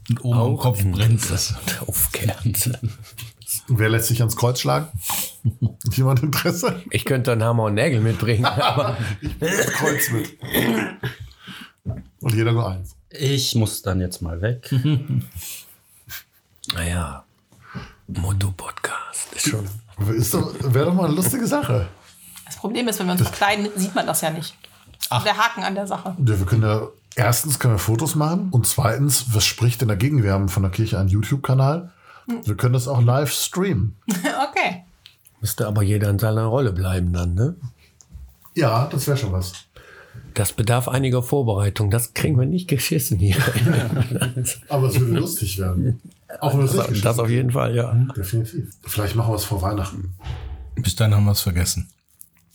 Speaker 5: Und oben am Kopf brennt es.
Speaker 1: Auf Kerze.
Speaker 2: Wer lässt sich ans Kreuz schlagen? Jemand Interesse?
Speaker 1: Ich könnte dann Hammer und Nägel mitbringen. Aber
Speaker 2: Kreuz mit. Und jeder nur eins.
Speaker 4: Ich muss dann jetzt mal weg.
Speaker 1: naja. Motto-Podcast ist schon.
Speaker 2: Ist doch- Wäre doch mal eine lustige Sache.
Speaker 3: Das Problem ist, wenn wir uns verkleiden, sieht man das ja nicht. Also Der Haken an der Sache.
Speaker 2: Ja, wir können ja, erstens können wir Fotos machen und zweitens, was spricht denn dagegen? Wir haben von der Kirche einen YouTube-Kanal. Wir können das auch live streamen.
Speaker 3: okay.
Speaker 1: Müsste aber jeder in seiner Rolle bleiben dann, ne?
Speaker 2: Ja, das wäre schon was.
Speaker 1: Das bedarf einiger Vorbereitung. Das kriegen wir nicht geschissen hier.
Speaker 2: Aber es würde lustig werden. Auch wenn wir es nicht
Speaker 1: das,
Speaker 2: geschafft
Speaker 1: das auf jeden Fall, ja.
Speaker 2: haben. Definitiv. Vielleicht machen wir es vor Weihnachten.
Speaker 5: Bis dann haben wir es vergessen.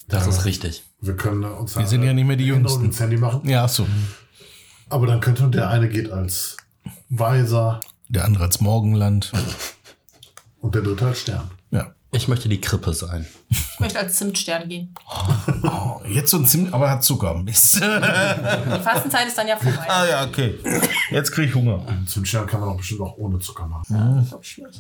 Speaker 4: Das ist richtig.
Speaker 2: Wir können äh, uns
Speaker 5: Wir sind ja nicht mehr die Jüngsten.
Speaker 2: ins Handy machen.
Speaker 5: Ja, ach so.
Speaker 2: Aber dann könnte der eine geht als Weiser
Speaker 5: Der andere als Morgenland.
Speaker 2: und der dritte als Stern.
Speaker 5: Ja.
Speaker 4: Ich möchte die Krippe sein.
Speaker 3: Ich möchte als Zimtstern gehen.
Speaker 5: Oh, jetzt so ein ziemlich, aber hat Zucker. Mist.
Speaker 3: Die Fastenzeit ist dann ja vorbei.
Speaker 5: ah ja, okay. Jetzt kriege ich Hunger.
Speaker 2: Zum Stern kann man auch bestimmt auch ohne Zucker machen.
Speaker 3: Das ist auch schwierig.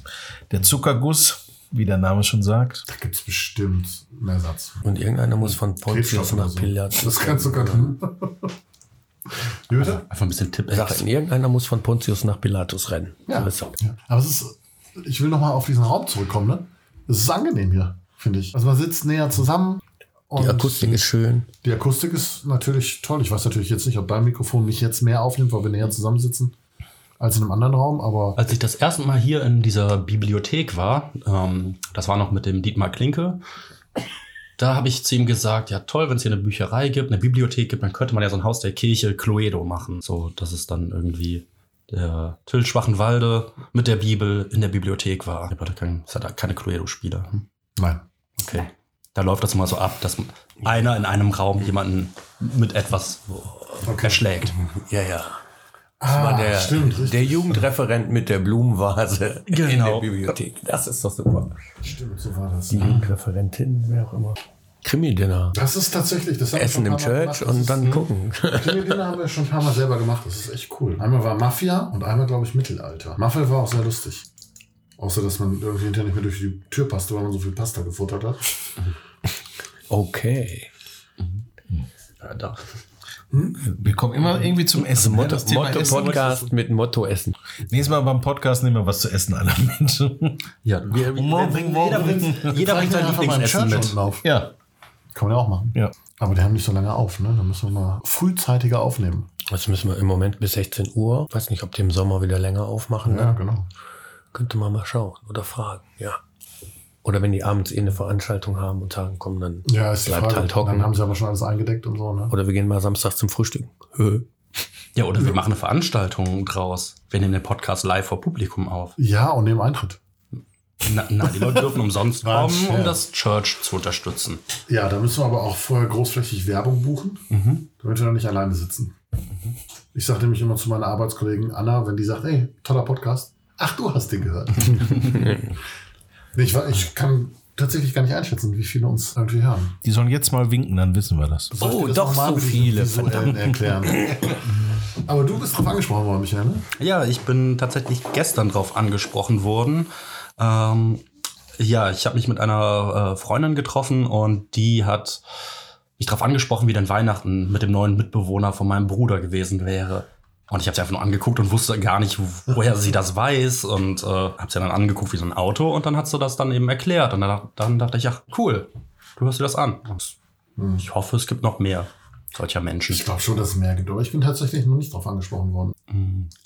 Speaker 5: Der Zuckerguss, wie der Name schon sagt.
Speaker 2: Da gibt es bestimmt einen Ersatz.
Speaker 1: Und irgendeiner muss von Pontius
Speaker 2: Klebstoff oder
Speaker 1: nach
Speaker 2: so.
Speaker 1: Pilatus.
Speaker 2: Das kannst du gar nicht. Wie bitte?
Speaker 4: Einfach ein bisschen Tipp.
Speaker 1: Sagt, irgendeiner muss von Pontius nach Pilatus rennen.
Speaker 2: Ja.
Speaker 1: Also, So ist
Speaker 2: ja. Aber es ist, ich will nochmal auf diesen Raum zurückkommen, ne? Es ist angenehm hier, finde ich. Also man sitzt näher zusammen.
Speaker 1: es.
Speaker 2: Und
Speaker 1: Die Akustik ist schön.
Speaker 2: die Akustik ist natürlich toll. Ich weiß natürlich jetzt nicht, ob dein Mikrofon mich jetzt mehr aufnimmt, weil wir näher zusammensitzen als in einem anderen Raum, aber
Speaker 4: Als ich das erste Mal hier in dieser Bibliothek war, ähm, das war noch mit dem Dietmar Klinke, da habe ich zu ihm gesagt, ja toll, wenn es hier eine Bücherei gibt, eine Bibliothek gibt, dann könnte man ja so ein Haus der Kirche Cluedo machen. So, dass es dann irgendwie der Till Schwachenwalde mit der Bibel in der Bibliothek war. Ich hatte kein, es hat keine Cluedo-Spiele. Hm,
Speaker 2: nein.
Speaker 4: Okay. Da läuft das immer so ab, dass einer in einem Raum jemanden mit etwas erschlägt.
Speaker 1: Ja, ja.
Speaker 2: Das
Speaker 4: Ah,
Speaker 1: war der,
Speaker 2: Ah, stimmt, richtig.
Speaker 1: der Jugendreferent mit der Blumenvase in der
Speaker 4: Genau.
Speaker 1: Bibliothek. Das ist doch super.
Speaker 2: Stimmt, so war das.
Speaker 1: Die Jugendreferentin, wer auch immer. Krimi-Dinner.
Speaker 2: Das ist tatsächlich, das haben wir
Speaker 1: Essen
Speaker 2: schon ein
Speaker 1: im
Speaker 2: paar Mal
Speaker 1: Church
Speaker 2: gemacht. Mhm. Das
Speaker 1: und
Speaker 2: ist-
Speaker 1: dann gucken.
Speaker 2: Krimi-Dinner haben wir schon ein paar Mal selber gemacht. Das ist echt cool. Einmal war Mafia und einmal, glaube ich, Mittelalter. Mafia war auch sehr lustig. Außer, dass man irgendwie hinterher nicht mehr durch die Tür passte, weil man so viel Pasta gefuttert hat.
Speaker 1: Okay.
Speaker 4: Ja, da.
Speaker 5: Wir kommen immer irgendwie zum Essen. ne?
Speaker 1: Motto,
Speaker 5: Das Thema
Speaker 1: Motto
Speaker 5: Essen-
Speaker 1: Podcast mit Motto Essen.
Speaker 5: Nächstes Mal beim Podcast nehmen wir was zu essen aller Menschen.
Speaker 4: Ja, wir,
Speaker 5: Morgen,
Speaker 4: jeder
Speaker 5: morgen.
Speaker 4: bringt, jeder bringt sein Lieblingsessen mit.
Speaker 2: unten auf.
Speaker 5: Ja.
Speaker 2: Kann man ja auch machen.
Speaker 5: Ja.
Speaker 2: Aber die haben nicht so lange auf, ne? Da müssen wir mal frühzeitiger aufnehmen.
Speaker 1: Das müssen wir im Moment bis 16 Uhr. Weiß nicht, ob die im Sommer wieder länger aufmachen.
Speaker 2: Ja,
Speaker 1: ne?
Speaker 2: genau.
Speaker 1: Könnte man mal schauen oder fragen, ja. Oder wenn die abends eh eine Veranstaltung haben und sagen, komm, dann
Speaker 2: Ja, ist die
Speaker 1: bleibt
Speaker 2: Frage.
Speaker 1: halt hocken.
Speaker 2: Dann haben sie aber schon alles eingedeckt und so, ne?
Speaker 1: oder wir gehen mal Samstag zum Frühstück. Hö.
Speaker 4: Ja, oder wir machen eine Veranstaltung draus. Wir nehmen den Podcast live vor Publikum auf.
Speaker 2: Ja, und nehmen Eintritt.
Speaker 4: Na, na, die Leute dürfen umsonst
Speaker 2: War ein
Speaker 4: kommen, um
Speaker 2: Scherz.
Speaker 4: das Church zu unterstützen.
Speaker 2: Ja, da müssen wir aber auch vorher großflächig Werbung buchen,
Speaker 1: Mhm.
Speaker 2: damit wir da nicht alleine sitzen. Ich sage nämlich immer zu meiner Arbeitskollegen Anna, wenn die sagt, ey, toller Podcast, ach, du hast den gehört. nee, ich, wa- ich kann tatsächlich gar nicht einschätzen, wie viele uns irgendwie hören.
Speaker 5: Die sollen jetzt mal winken, dann wissen wir das.
Speaker 2: Soll ich
Speaker 1: Oh,
Speaker 2: dir das
Speaker 1: doch,
Speaker 2: noch mal
Speaker 1: so
Speaker 2: mit diesen
Speaker 1: viele,
Speaker 2: visuellen erklären. aber du bist drauf angesprochen worden, Michael, ne?
Speaker 4: Ja, ich bin tatsächlich gestern drauf angesprochen worden. Ähm, ja, ich habe mich mit einer äh, Freundin getroffen und die hat mich darauf angesprochen, wie denn Weihnachten mit dem neuen Mitbewohner von meinem Bruder gewesen wäre. Und ich habe sie einfach nur angeguckt und wusste gar nicht, woher sie das weiß. Und äh, habe sie dann angeguckt wie so ein Auto und dann hat sie das dann eben erklärt. Und dann, dann dachte ich, ach cool, du hörst dir das an. Und
Speaker 1: Hm,
Speaker 4: Ich hoffe, es gibt noch mehr solcher Menschen.
Speaker 2: Ich glaube schon, dass es mehr gibt, aber ich bin tatsächlich noch nicht drauf angesprochen worden.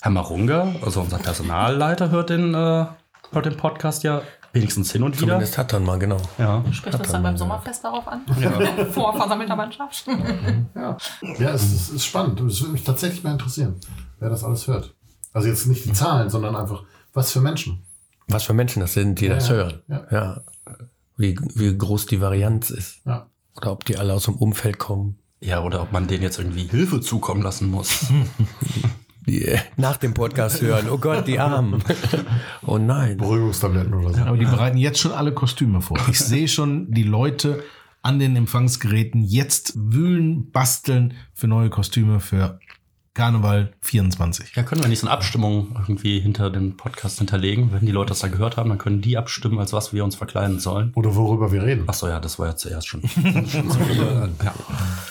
Speaker 4: Herr Marunga, also unser Personalleiter, hört den, äh, hört den Podcast ja wenigstens hin und wieder.
Speaker 1: Zumindest hat dann mal, genau.
Speaker 4: Ja.
Speaker 3: Spricht das dann beim Sommerfest darauf an? Vor versammelter Mannschaft?
Speaker 2: Ja, ja es, ist- es ist spannend. Es würde mich tatsächlich mal interessieren, wer das alles hört. Also jetzt nicht die Zahlen, sondern einfach, was für Menschen.
Speaker 1: Was für Menschen das sind, die das
Speaker 2: ja,
Speaker 1: hören.
Speaker 2: ja.
Speaker 1: Ja. Wie, wie groß die Varianz ist.
Speaker 2: Ja.
Speaker 1: Oder ob die alle aus dem Umfeld kommen.
Speaker 4: ja, oder ob man denen jetzt irgendwie Hilfe zukommen lassen muss.
Speaker 1: Die äh, nach dem Podcast hören. Oh Gott, die Armen. Oh nein.
Speaker 2: Beruhigungstabletten oder so.
Speaker 5: Aber die bereiten jetzt schon alle Kostüme vor. Ich sehe schon die Leute an den Empfangsgeräten jetzt wühlen, basteln für neue Kostüme für Karneval 24.
Speaker 4: ja, können wir nicht so eine Abstimmung irgendwie hinter den Podcast hinterlegen? Wenn die Leute das da gehört haben, dann können die abstimmen, als was wir uns verkleiden sollen.
Speaker 2: Oder worüber wir reden.
Speaker 4: Achso, ja, das war ja zuerst schon. ja.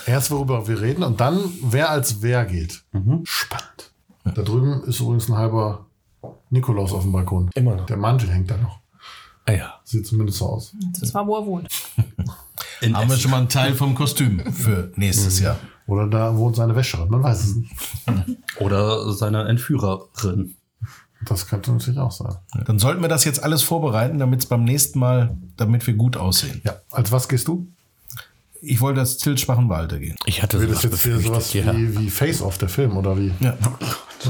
Speaker 2: Erst worüber wir reden und dann, wer als wer geht.
Speaker 1: Mhm.
Speaker 2: Spannend. Da drüben ist übrigens ein halber Nikolaus auf dem Balkon.
Speaker 1: Immer noch.
Speaker 2: Der Mantel hängt da noch.
Speaker 1: Ah, ja.
Speaker 2: Sieht zumindest so aus.
Speaker 3: Jetzt wissen wir, wo er wohnt.
Speaker 4: In
Speaker 5: Haben wir
Speaker 4: Essen.
Speaker 5: schon mal einen Teil vom Kostüm für nächstes Jahr.
Speaker 2: Oder da wohnt seine Wäscherin. Man weiß es
Speaker 1: Mhm.
Speaker 2: nicht.
Speaker 4: Oder seine Entführerin.
Speaker 2: Das könnte natürlich auch sein.
Speaker 5: Dann sollten wir das jetzt alles vorbereiten, damit es beim nächsten Mal, damit wir gut aussehen.
Speaker 2: Ja. Als was gehst du?
Speaker 5: ich wollte das Zilsprachen weitergehen.
Speaker 1: Ich hatte
Speaker 2: Wird das
Speaker 1: sowas
Speaker 2: jetzt wieder sowas
Speaker 1: befürchtet, ja.
Speaker 2: wie, wie Face Off, der Film, oder wie?
Speaker 5: Ja.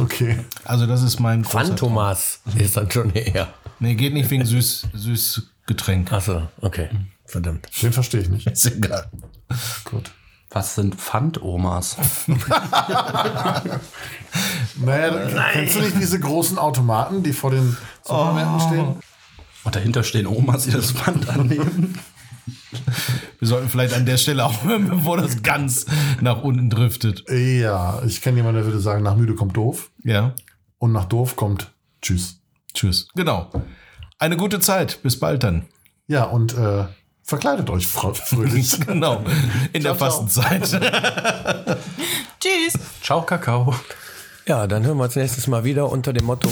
Speaker 2: Okay.
Speaker 5: Also das ist mein großer-
Speaker 1: Phantomas ist dann schon eher.
Speaker 5: Nee, geht nicht wegen süß, süß Getränk.
Speaker 1: Achso, okay.
Speaker 2: Mhm.
Speaker 1: Verdammt.
Speaker 2: Den verstehe ich nicht.
Speaker 5: Ist egal.
Speaker 2: Gut.
Speaker 4: Was sind Pfandomas?
Speaker 2: Naja, kennst du nicht diese großen Automaten, die vor den Supermärkten stehen?
Speaker 4: Und dahinter stehen Omas, die das Pfand annehmen.
Speaker 5: Wir sollten vielleicht an der Stelle aufhören, bevor das ganz nach unten driftet.
Speaker 2: Ja, ich kenne jemanden, der würde sagen, nach müde kommt doof
Speaker 5: Ja.
Speaker 2: und nach doof kommt tschüss.
Speaker 5: Tschüss. Genau. Eine gute Zeit. Bis bald dann.
Speaker 2: Ja, und äh, verkleidet euch frö- fröhlich.
Speaker 5: Genau. In der
Speaker 2: ciao.
Speaker 5: Fastenzeit.
Speaker 3: Tschüss.
Speaker 4: Ciao, Kakao.
Speaker 1: Ja, dann hören wir uns nächstes Mal wieder unter dem Motto